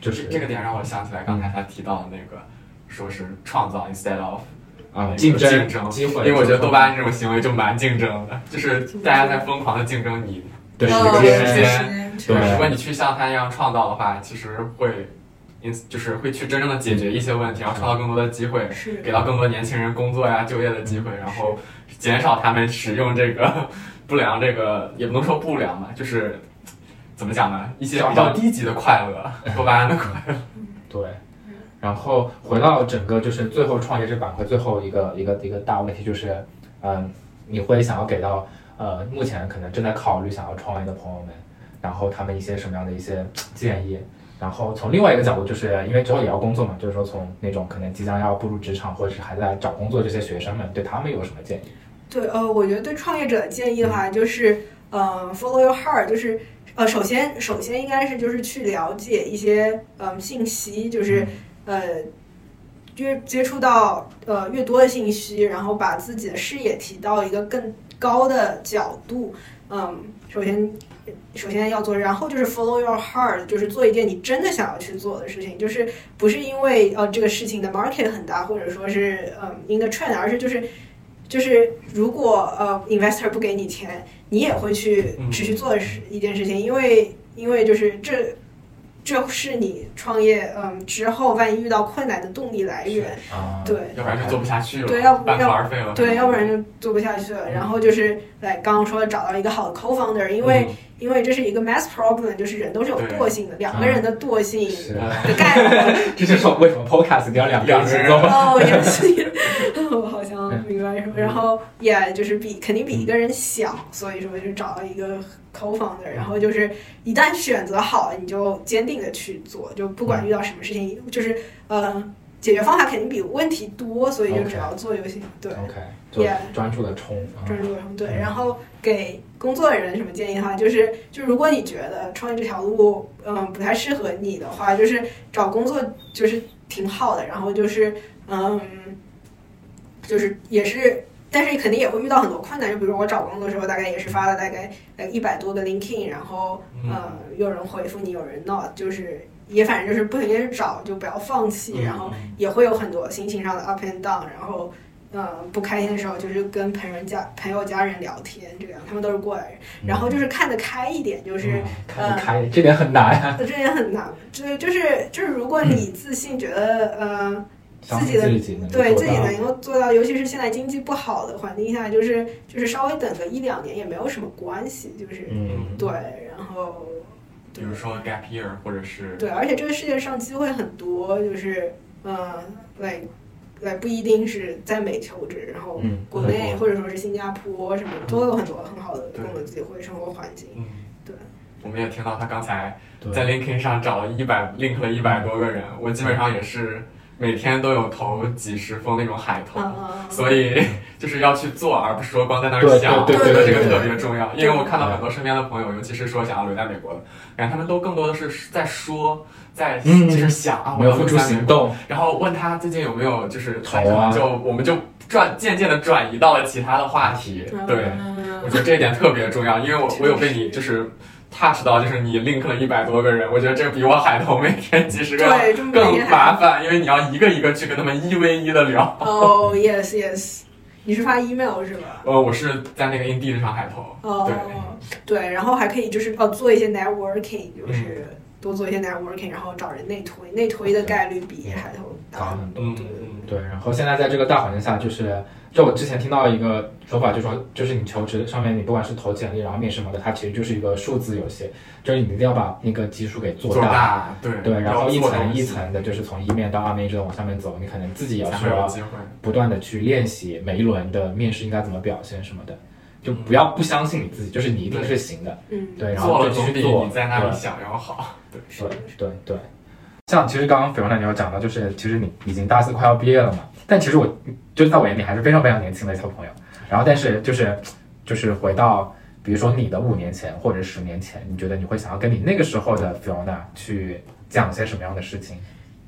就是
这这个点让我想起来刚才他提到的那个，说是创造 instead of
啊，
竞
竞争
争
机会，嗯
因为我觉得多巴胺这种行为就蛮竞争的，就是大家在疯狂的竞争你。
对
时
嗯
间
时间
对
如果你去像他一样创造的话，其实会，因此就是会去真正的解决一些问题，然后创造更多的机会，
是
给到更多年轻人工作呀、就业的机会，然后减少他们使用这个不良这个，也不能说不良吧，就是怎么讲呢，一些比较低级的快乐，多巴胺的快乐。
对，然后回到整个就是最后创业这板块最后一个一个一个大问题就是，嗯，你会想要给到呃目前可能正在考虑想要创业的朋友们，然后他们一些什么样的一些建议？然后从另外一个角度，就是因为之后也要工作嘛，就是说从那种可能即将要步入职场或者是还在找工作这些学生们，对他们有什么建议？
对，呃，我觉得对创业者的建议的话，就是呃，follow your heart，就是呃，首先首先应该是就是去了解一些嗯、信息，就是呃。接接触到呃越多的信息，然后把自己的视野提到一个更高的角度，嗯，首先首先要做，然后就是 follow your heart，就是做一件你真的想要去做的事情，就是不是因为呃这个事情的 market 很大，或者说是嗯 in the trend，而是就是就是如果呃 investor 不给你钱，你也会去
嗯
持续做的事一件事情，因为因为就是这。这是你创业，嗯，之后万一遇到困难的动力来源，
啊，
对，
要不然就做不下去了，
对要不
半途而废了，
对，要不然就做不下去了。然后就是来刚刚说找到一个好的 co-founder，因为、
嗯
因为这是一个 mass problem，就是人都是有
嗯对
惰性的，两个人的惰性
是
嗯。
的概念。
这就是我为什么 podcast 一定要两个人一起做。
哦，也是， 我好像明白什么。然后也、就是比肯定比一个人小，所以说就找到一个 co-founder，然后就是一旦选择好了，你就坚定的去做，就不管遇到什么事情，就是呃，解决方法肯定比问题多，所以就只要做就行。对。
OK，就
Yeah
专注的冲。嗯
专注什么对，然后给工作的人什么建议的话，就是就如果你觉得创业这条路嗯不太适合你的话，就是找工作就是挺好的，然后就是嗯就是也是。但是肯定也会遇到很多困难，就比如我找工作的时候，大概也是发了大概呃一百多个 LinkedIn，然后
嗯
嗯
呃有人回复你，有人 not，就是也反正就是不停的找，就不要放弃，
嗯
然后也会有很多心情上的 up and down，然后，嗯、不开心的时候就是跟朋友家、朋友家人聊天，这样他们都是过来人，然后就是看得开一点，就
嗯
是
看得开，这点很难呀。
呃这也很难，就是就是就是如果
嗯
你自信，觉得呃 自己的
自己能够
对
做
自己
到
能够做到，尤其是现在经济不好的环境下，就是就是稍微等个一两年也没有什么关系，就是、
嗯，
对，然后
比
对
如说 gap year 或者是
对，而且这个世界上机会很多，就是嗯，来来不一定是在美求职，然后
嗯
国
外
内
国
或者说是新加坡什么的都有很多很好的
对
工作机会、生活环境。
嗯，
对。
我们也听到他刚才
对
在 LinkedIn 上找了一百 link 了一百多个人，我基本上也是每天都有投几十封那种海投，
嗯嗯，
所以 就是要去做，而不是说光在那儿
对
想。
对
对
我觉得这
对
个
对
特别重要，因为我看到很多身边的朋友，尤其是说想要留在美国的，感觉他们都更多的是在说，在
嗯
就是想啊，
没有
我要
付
留
出
在美
行
国。
动，
然后问他最近有没有就是
投啊
就我们就转渐渐的转移到了其他的话题，
嗯
对。我觉得这一点特别重要，因为我我有被你就是 touch 到，就是你 link 了一百多个人，我觉得这比我海投每天几十个要
对，这么厉
更麻
害。
烦，因为你要一个一个去跟他们一 v 一的聊。
哦，yes yes，你是发 email 是吧？
呃，我是在那个 Indeed 上海投，
哦，对，然后还可以就是哦做一些 networking，就是
嗯
多做一些 networking，然后找人内推，内推的概率比海投
高
大。
很多。
嗯
对
嗯
对，然后现在在这个大环境下，就是就我之前听到一个说法，就说就是你求职上面，你不管是投简历，然后面试什么的，它其实就是一个数字游戏，就是你一定要把那个基数给做
做
大。
大，对
对，然后一
要做东
层
西
一层的，就是从一面到二面一直往上面走，你可能自己也
才
是
会有
要
机会。
不断的去练习每一轮的面试应该怎么表现什么的，就不要不相信你自己，就是你一定是行的。
嗯，
对，然
做
后
了
就
总
去
比
做。
你在那
对
里想要好。对，
是
对
的
对对，像其实刚刚斐文你有讲到，就是其实你已经大四快要毕业了嘛，但其实我就是在我眼里还是非常非常年轻的小朋友。然后但是就是就是回到比如说你的五年前或者十年前，你觉得你会想要跟你那个时候的 Fiona 去讲些什么样的事情？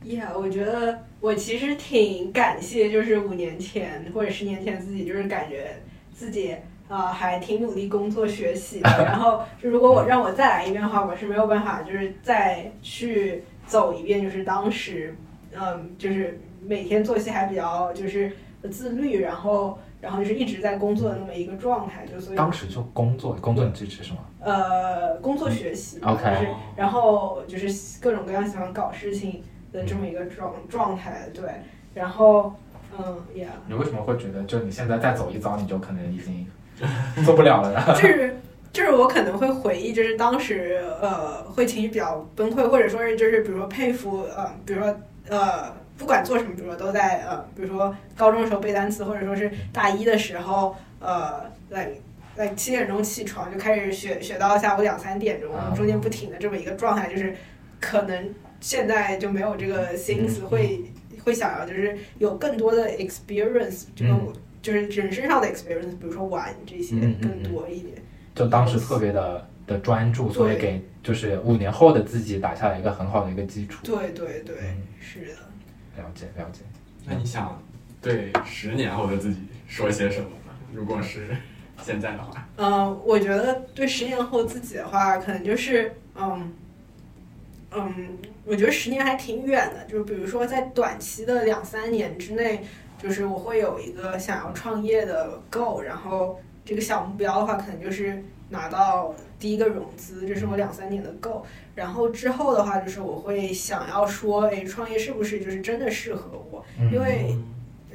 Yeah，我觉得我其实挺感谢，就是五年前或者十年前自己，就是感觉自己呃还挺努力工作学习 的。然后就如果我让我再来一遍的话，我是没有办法就是再去走一遍，就是当时嗯就是每天作息还比较就是自律，然后然后就是一直在工作的那么一个状态，就所以
当时就工作，工作你支持是吗？
呃工作学习吧
嗯 OK
就是
哦
然后就是各种各样喜欢搞事情的这么一个状状态，对，然后嗯也
你为什么会觉得就你现在再走一遭，你就可能已 经做不了了？然后
就是就是我可能会回忆，就是当时呃会情绪比较崩溃，或者说是就是比如说佩服呃，比如说呃不管做什么，比如说都在呃，比如说高中的时候背单词，或者说是大一的时候呃来。来七点钟起床就开始学，学到下午两三点钟
啊，
中间不停的这么一个状态，就是可能现在就没有这个心思，会会想要就是有更多的 experience 这个
嗯
就是人身上的 experience，比如说玩这些
嗯嗯嗯
更多一点。
就当时特别的的专注，所以
对
给就是五年后的自己打下了一个很好的一个基础。
对对对
嗯，
是的。
了解了解，
那你想对十年后的自己说些什么呢？如果是现在的话，
嗯，我觉得对十年后自己的话，可能就是嗯嗯，我觉得十年还挺远的。就是比如说在短期的两三年之内，就是我会有一个想要创业的 goal，然后这个小目标的话，可能就是拿到第一个融资，这是我两三年的 goal。然后之后的话，就是我会想要说，哎，创业是不是就是真的适合我？因为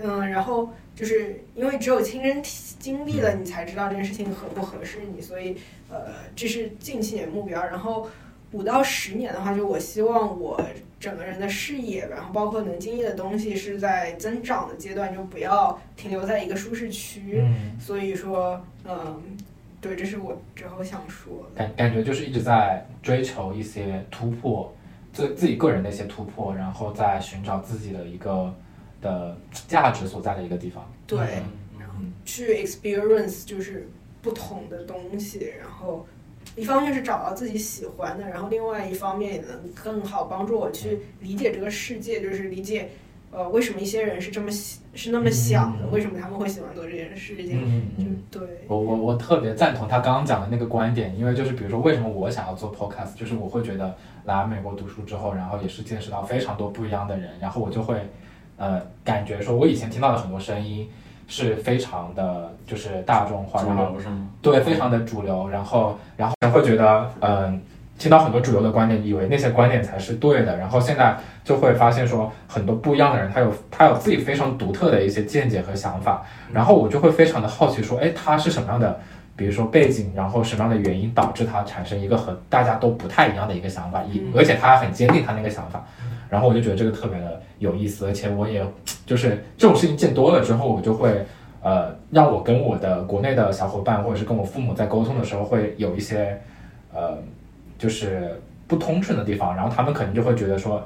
嗯，然后就是因为只有亲身体经历了，你才知道这件事情合不合适你，所以呃，这是近期年目标。然后五到十年的话，就我希望我整个人的视野，然后包括能经历的东西是在增长的阶段，就不要停留在一个舒适区。
嗯，
所以说，嗯，对，这是我之后想说的。
感感觉就是一直在追求一些突破，自自己个人的一些突破，然后在寻找自己的一个的价值所在的一个地方。
对，
然后
去 experience 就是不同的东西，然后一方面是找到自己喜欢的，然后另外一方面也能更好帮助我去理解这个世界，就是理解呃为什么一些人是这么喜是那么想的，
嗯
为什么他们会喜欢做这件事情，
嗯
就对，
哦
我我我特别赞同他刚刚讲的那个观点，因为就是比如说为什么我想要做 podcast，就是我会觉得来美国读书之后，然后也是见识到非常多不一样的人，然后我就会呃感觉说，我以前听到的很多声音是非常的就是大众化，
主
然后
流是吗？
对非常的主流，然后然后会觉得嗯、听到很多主流的观点，以为那些观点才是对的，然后现在就会发现说很多不一样的人，他有他有自己非常独特的一些见解和想法，然后我就会非常的好奇说，哎，他是什么样的，比如说背景，然后什么样的原因导致他产生一个和大家都不太一样的一个想法，以
嗯
而且他还很坚定他那个想法，然后我就觉得这个特别的有意思，而且我也就是这种事情见多了之后，我就会。呃，让我跟我的国内的小伙伴，或者是跟我父母在沟通的时候，会有一些，呃，就是不通顺的地方，然后他们可能就会觉得说，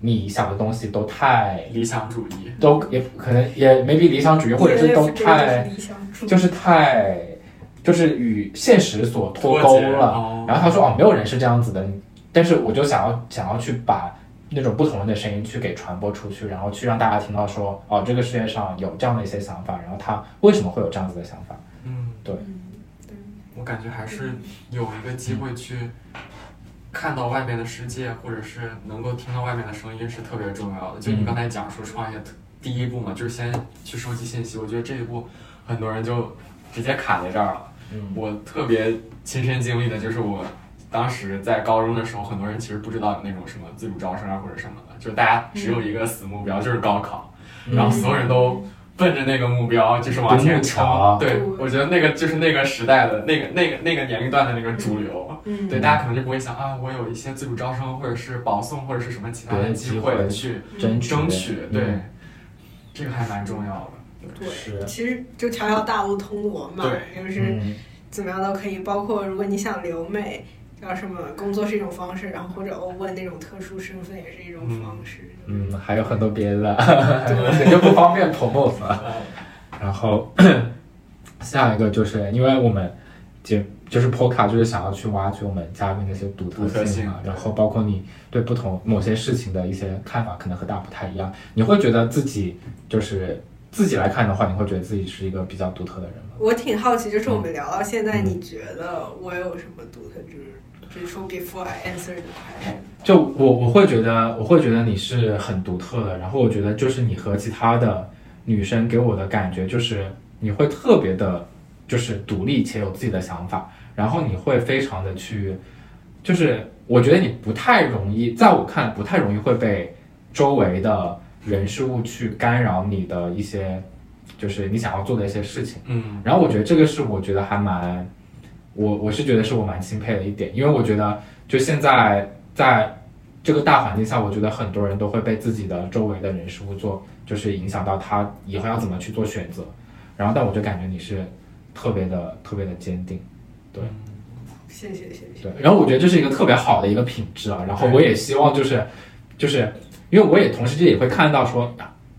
你想的东西都太
理想主义，
都也可能也没 a 理想主义，或者是都
这个就是
太
理想主义，
就是太就是与现实所脱钩
脱节
了。
哦
然后他说哦，没有人是这样子的，但是我就想要想要去把那种不同的声音去给传播出去，然后去让大家听到说哦，这个世界上有这样的一些想法，然后他为什么会有这样子的想法？
嗯，
嗯对
我感觉还是有一个机会去看到外面的世界，或者是能够听到外面的声音是特别重要的。就你刚才讲说创业第一步嘛，就是先去收集信息，我觉得这一步很多人就直接卡在这儿了。
嗯
我特别亲身经历的就是我当时在高中的时候，很多人其实不知道有那种什么自主招生啊或者什么的，就是大家只有一个死目标，就是高考，然嗯后所有人都奔着那个目标就是往前
独木桥
冲。对，我觉得那个就是那个时代的那个那个那个年龄段的那个主流。
嗯
对，大家可能就不会想啊，我有一些自主招生或者是保送或者是什么其他
别
的
的
机
机
会
会
去
争取
争取。对
嗯，
这个还蛮重要的。
对，
是
其实就条条大路通罗马，
对
就是。
嗯
怎么样都可以，包括如果你想留美，叫什么工作是一种方式，然后或者欧问那种特殊身份也是一种方式。
嗯，还有很多别的， 就不方便 promote 了。然后 下一个就是因为我们节就是 Poca 就是想要去挖掘我们嘉宾的一些独特
独
性
特
啊
性
嘛，然后包括你对不同某些事情的一些看法可能和大家不太一样，你会觉得自己就是自己来看的话，你会觉得自己是一个比较独特的人吗？
我挺好奇，就是我
嗯
们聊到现在，你觉得我有什么独特之处？就是说 before I answer the question，
就我我会觉得，我会觉得你是很独特的。然后我觉得就是你和其他的女生给我的感觉就是你会特别的，就是独立且有自己的想法，然后你会非常的去，就是我觉得你不太容易，在我看来不太容易会被周围的人事物去干扰你的一些，就是你想要做的一些事情。
嗯。
然后我觉得这个是我觉得还蛮，我我是觉得是我蛮钦佩的一点，因为我觉得就现在在这个大环境下，我觉得很多人都会被自己的周围的人事物做，就是影响到他以后要怎么去做选择。然后，但我就感觉你是特别的特别的坚定，
嗯
对
谢谢谢谢。
对。然后我觉得这是一个特别好的一个品质啊。然后我也希望就是就是因为我也同时间也会看到说，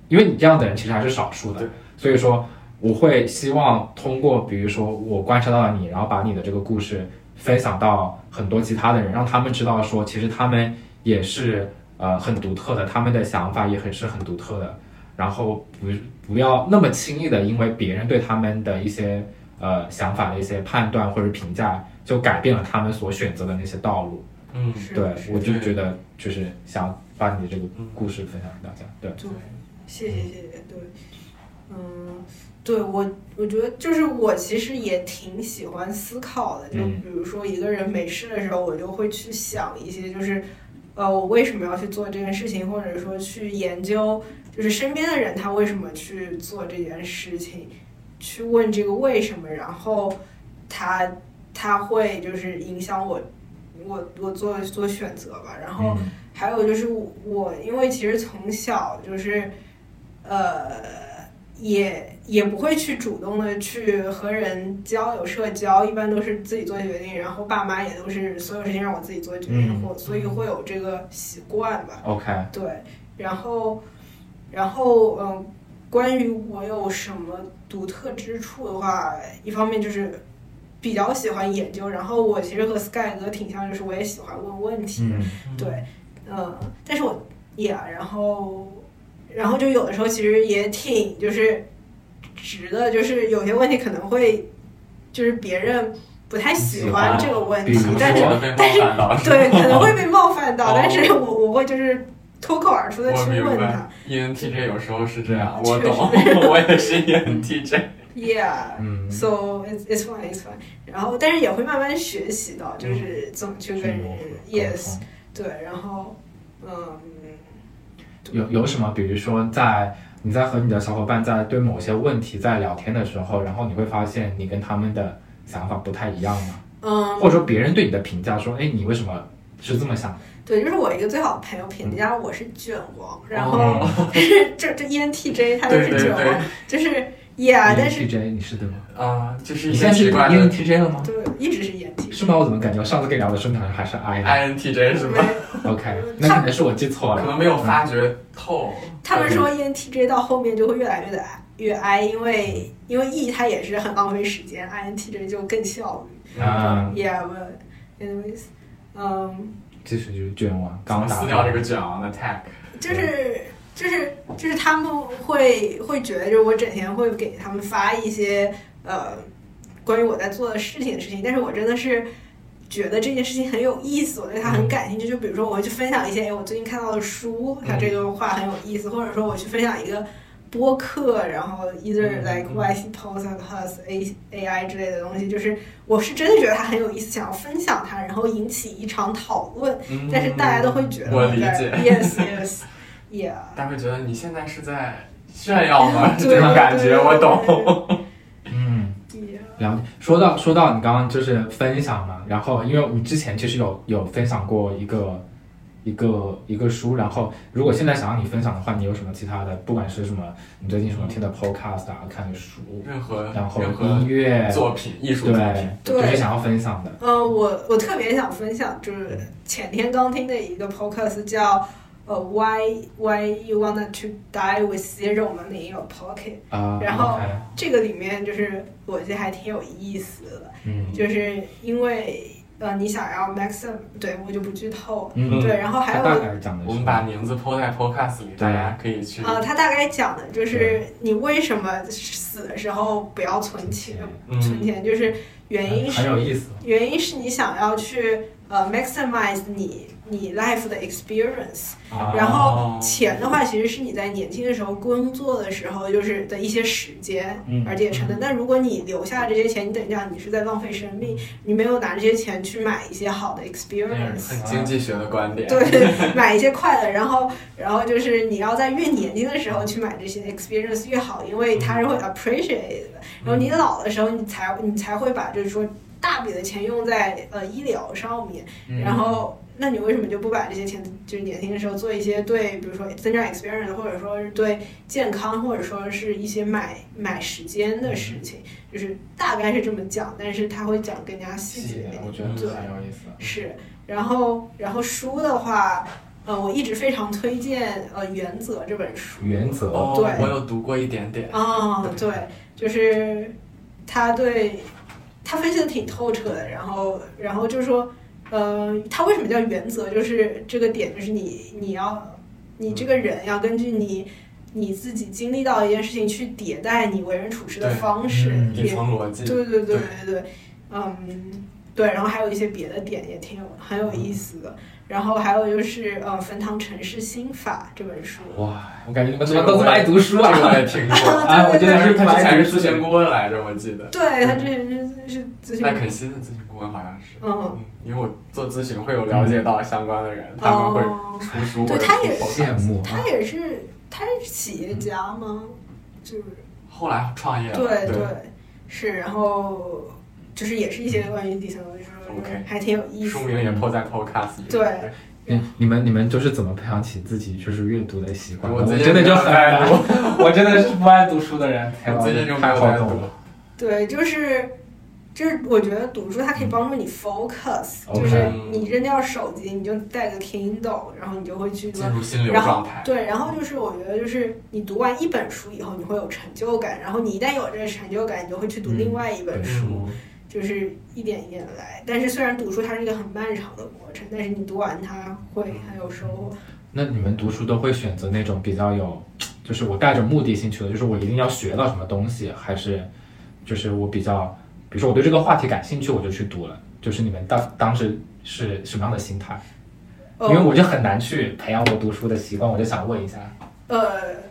因为你这样的人其实还是少数的
对，
所以说我会希望通过比如说我观察到了你，然后把你的这个故事分享到很多其他的人，让他们知道说其实他们也是呃很独特的，他们的想法也很是很独特的，然后不不要那么轻易的因为别人对他们的一些呃想法的一些判断或者评价，就改变了他们所选择的那些道路。
嗯，
是
对，
是
我就
对
觉得就是想把你的这个故事分享给大家。对，
对，谢谢谢谢，对，嗯，对我我觉得就是我其实也挺喜欢思考的，就
嗯
比如说一个人没事的时候，我就会去想一些就是，呃，我为什么要去做这件事情，或者说去研究，就是身边的人他为什么去做这件事情，去问这个为什么，然后他他会就是影响我。我我做做选择吧，然后
嗯
还有就是我，因为其实从小就是，呃，也也不会去主动的去和人交友社交，一般都是自己做决定，然后爸妈也都是所有事情让我自己做决定，
嗯
或、所以会有这个习惯吧。
，OK，
对，然后，然后嗯，关于我有什么独特之处的话，一方面就是比较喜欢研究，然后我其实和 Sky 哥挺像，就是我也喜欢问问题。
嗯
对，嗯，但是我也然后然后就有的时候其实也挺就是直的，就是有些问题可能会就是别人不太喜欢这个问
比
题
如说，
但是
我被冒犯到了，
对可 能会被冒犯到，
哦
但是我我会就是脱口而出的
我
去
明
问
白
他
，ENTJ 有时候是这样，
确
我
实
懂， 我也是 ENTJ。
，Yeah。
嗯，
So it's it's fine, it's fine。然后，但是也会慢慢学习到，就是怎么去跟
去
人
磨合
，yes，
沟通
对，然后，嗯，
有有什么？比如说在你在和你的小伙伴在对某些问题在聊天的时候，然后你会发现你跟他们的想法不太一样吗？
嗯，
或者说别人对你的评价说，哎，你为什么是这么想的？
对，就是我一个最好的朋友评价我是卷王，然后
嗯哦
这这 ENTJ 他就
对
是
对
卷
对
王，，就是 Yeah，但啊是
ENTJ 你是对吗？
啊，就是
你
一
现
些
在是
奇怪的
ENTJ 了吗？
对一直是 ENTJ，
是吗？我怎么感觉我上次跟你聊的时候你好像还是 I 呢
INTJ 是吧？
OK，那可能是我记错
可
了。
能没有发掘透。
他们说 ENTJ 到后面就会越来越的越 I，因为因为 E 它也是很浪费时间，INTJ 啊就更效
嗯，
率，Yeah，but anyways，嗯，
继续就是卷王，
怎
刚刚
么
打
撕掉这个卷王的 tag？
就是。就是就是他们会会觉得，就是我整天会给他们发一些呃关于我在做的事情的事情，但是我真的是觉得这件事情很有意思，我对它
嗯
很感兴趣。就比如说，我会去分享一些哎我最近看到的书，它
嗯
这个话很有意思，或者说我去分享一个播客，然后 either
嗯
like why he posts and plus A A I 之类的东西，就是我是真的觉得它很有意思，想要分享它，然后引起一场讨论，
嗯
但是大家都会觉得
我
在
理 解，
yes yes yeah。
大家会觉得你现在是在炫耀吗？
对
这种感觉我懂。
嗯。
Yeah
了解，说到说到你刚刚就是分享嘛，然后因为你之前其实有有分享过一个一个一个书，然后如果现在想让你分享的话，你有什么其他的，不管是什么你最近什么听的 podcast 啊，看的书，
任何
然后
任
音
何
乐，
作品、艺术作
对
品，，
对
就是想要分享的，
呃，我我特别想分享，就是前天刚听的一个 podcast 叫呃 Why Why You Wanna to Die with Zero Money in Your Pocket，
啊、
然后
OK，
这个里面就是我觉得还挺有意思的，
嗯
就是因为呃你想要 maxim，对我就不剧透，
嗯，
对，然后还
它大
有
概讲的是，
我们把名字 po 在 podcast 里，大家可以去。
呃，他大概讲的就是你为什么死的时候不要存钱，存
嗯，
钱就是原因是
很有意思，
原因是你想要去呃 maximize 你你 life 的 experience，
啊
然后
哦
钱的话其实是你在年轻的时候工作的时候就是的一些时间
嗯，
而且成的。但如果你留下这些钱，你等于讲你是在浪费生命，你没有拿这些钱去买一些好的 experience。
很经济学的 观点。
对，买一些快乐，然后，然后就是你要在越年轻的时候去买这些 experience 越好，因为他是会 appreciate 的。
嗯
然后你老的时候，你才你才会把就是说大笔的钱用在呃医疗上面。
嗯
然后，那你为什么就不把这些钱就是年轻的时候做一些对，比如说增长 experience，或者说是对健康，或者说是一些买买时间的事情，
嗯
就是大概是这么讲，但是他会讲更加细节
细
一
节
点。
我觉得
对
很有意思，
是，然后然后书的话，呃，我一直非常推荐呃《原则》这本书。
原则，
哦，
对
我有读过一点点。
哦，对，就是他对他分析的挺透彻的，然后然后就是说，呃，他为什么叫原则？就是这个点，就是你你要你这个人要根据你。你自己经历到一件事情，去迭代你为人处事的
对
方式，
嗯
底
也
层逻辑，
对对对
对
对对，嗯，对，然后还有一些别的点也挺有很有意思
嗯
的，然后还有就是呃，《冯唐城市心法》这本书，
嗯
哇，我感觉你们怎么都这么爱读
这
书
个
啊？
我也听 过。
啊，我觉
但
得
是
是
他
他
之
之
前
前
是
是
咨
咨
询
询，
顾问来着，我记得。
对他之前是是咨询
麦肯锡的咨询顾问好像是，
嗯，
因为我做咨询会有了解到相关的人，他们会嗯
哦，
出书或
对
者
他也
出
羡
podcast。
慕 啊
他！也是他是企业家吗？就是
后来创业了，
对
对，
是，然后就是也是一些关于底层逻辑，
OK
还挺有意思
书
的。
名也 po 在 podcast 里。
对，
你哎你们你们就是怎么培养起自己就是阅读的习惯的？
我最近
真的就
没有
很
在
难， 我真的是不爱读书的 人，太
我最近就没
太
有
好
在
懂
读
了。。
对，就是就是，我觉得读书它可以帮助你 focus，、
嗯 OK
就是你扔掉手机，你就带个 Kindle，然后你就会去
嗯
做
进。入心流
然后
状态，
对，然后就是我觉得，就是你读完一本书以后，你会有成就感，然后你一旦有这个成就感，你就会去读另外一本
对
书，
嗯
就是一点一点地来。但是虽然读书它是一个很漫长的过程，但是你读完它会很有收获。
那你们读书都会选择那种比较有，就是我带着目的性去的，就是我一定要学到什么东西，还是就是我比较，比如说我对这个话题感兴趣，我就去读了。就是你们当当时是什么样的心态？因为
呃
我就很难去培养我读书的习惯，我就想问一下，
呃，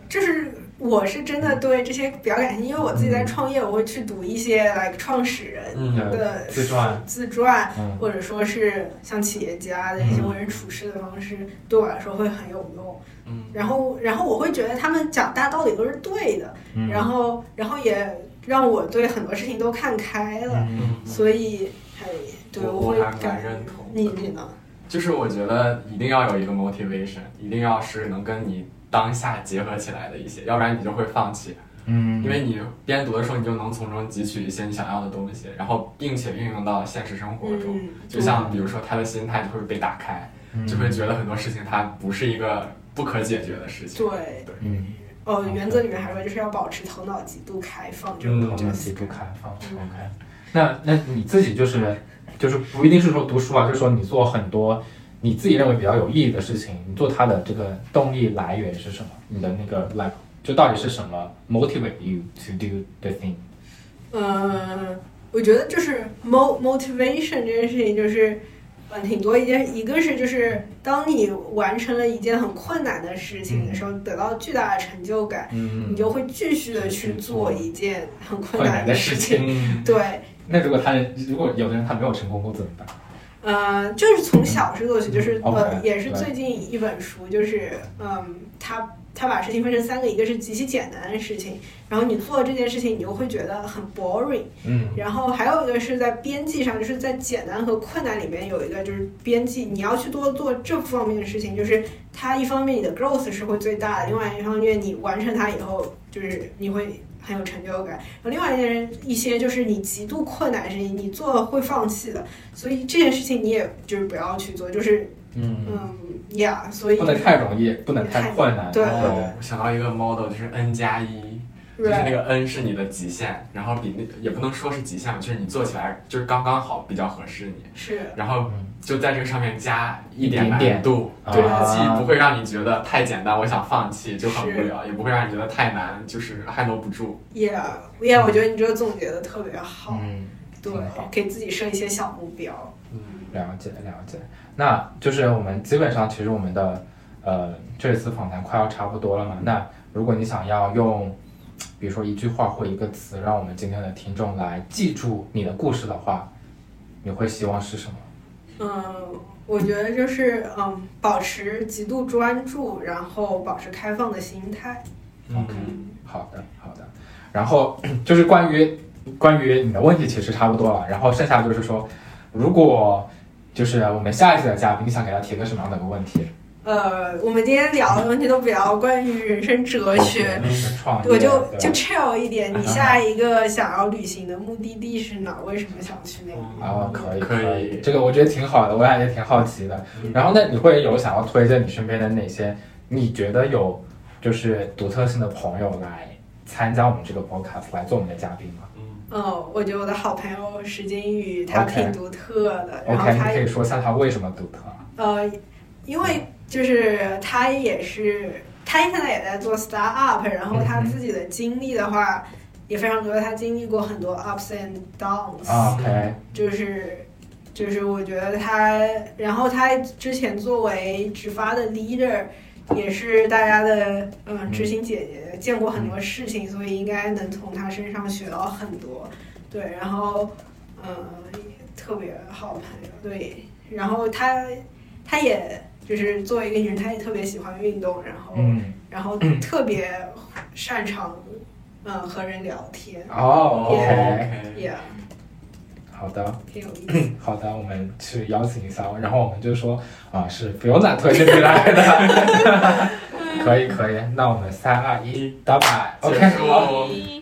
就是我是真的对这些比较感兴趣，因为我自己
嗯
在创业，我会去读一些 like 创始人
嗯，
的
自传，
自传，
嗯，
或者说是像企业家的一些
嗯
为人处事的方式，对我来说会很有用。
嗯，
然后，然后我会觉得他们讲大道理都是对的，
嗯
然后，然后也让我对很多事情都看开了，
嗯
嗯
所以，哎，对
我
会
我还蛮
感
认同的
你你呢？
就是我觉得一定要有一个 motivation，一定要是能跟你当下结合起来的一些，要不然你就会放弃。
嗯，
因为你边读的时候，你就能从中汲取一些你想要的东西，然后并且运用到现实生活中。
嗯，
就像比如说，他的心态就会被打开，就会觉得很多事情它不是一个不可解决的事情。
对，
嗯，
哦，原则里面还说就是要保持头脑极度开放这
嗯
种
我
这
们
个
极
思
度
考。
开放，OK。那那你自己就是就是不一定是说读书啊，就是说你做很多你自己认为比较有意义的事情，你做它的这个动力来源是什么？你的那个 like 就到底是什么 motivate you to do the thing？
嗯，我觉得就是 mo motivation 这件事情，就是嗯挺多一件，一个是就是当你完成了一件很困难的事情的时候，得到巨大的成就感，你
嗯，
就会继续的去做一件很困难的事情。
情。
对，
那如果他如果有的人他没有成功过怎么办？
呃，就是从小事做起，就是
嗯
呃，
OK，
也是
对
最近一本书，就是嗯，他他把事情分成三个，一个是极其简单的事情，然后你做这件事情，你就会觉得很 boring。
嗯
然后还有一个是在边际上，就是在简单和困难里面有一个就是边际，你要去多做这方面的事情，就是它一方面你的 growth 是会最大的，另外一方面你完成它以后，就是你会很有成就感。然后另外一件一些就是你极度困难的事情，你做了会放弃的，所以这件事情你也就是不要去做，就是
嗯，
嗯呀所以
不能太容易，不能太困难。
对
然后
对
哦我想到一个 model，就是 n 加一。就是那
right
个 n 是你的极限，然后比那也不能说是极限吧，就是你做起来就是刚刚好，比较合适你。
是
然后
嗯
就在这个上面加一
一点点
难度，
啊
对，既不会让你觉得太简单，我想放弃就很
是
无聊，也不会让你觉得太难，就是 handle 不住。
yeah yeah，我觉得你这个总结的特别好，
嗯。
对
挺好，
给自己设一些小目标。
嗯，
了解了解，那就是我们基本上其实我们的呃这次访谈快要差不多了嘛。那如果你想要用，比如说一句话或一个词，让我们今天的听众来记住你的故事的话，你会希望是什么？
嗯，我觉得就是嗯，保持极度专注，然后保持开放的心态。
嗯
OK 好的好的，然后就是关于关于你的问题其实差不多了，然后剩下就是说，如果就是我们下一期的嘉宾，你想给他提个什么样的一个问题？
呃，我们今天聊的问题都比较关于人生哲学，
创业，
我就
对吧
就 chill 一点。你下一个想要旅行的目的地是哪？为什么想去那里？
啊，可以
可以嗯
这个我觉得挺好的，我俩也挺好奇的。然后呢，你会有想要推荐你身边的哪些你觉得有就是独特性的朋友来参加我们这个 podcast 来做我们的嘉宾吗？
嗯，我觉得我的好朋友石金宇，他
OK
挺独特的然后
？OK，你
他
可以说一下他为什么独特。啊
呃，因为就是他也是，他现在也在做 start up，然后他
嗯嗯
自己的经历的话也非常多，他经历过很多 ups and downs，、
啊 OK，
就是就是我觉得他，然后他之前作为直发的 leader。也是大家的嗯执行姐姐，见过很多事情，所以应该能从他身上学到很多。对，然后嗯，也特别好朋友，对，然后他他也就是作为一个女人，她也特别喜欢运动，然后、
嗯，
然后特别擅长嗯和人聊天，
哦
哦
OK，
OK，
也、
好的，
挺有意思。
好的，我们去邀请一下，然后我们就说啊，是 Fiona 推荐你来 的，可以可以，那我们三二一，打板
嗯结
，OK，
束。
一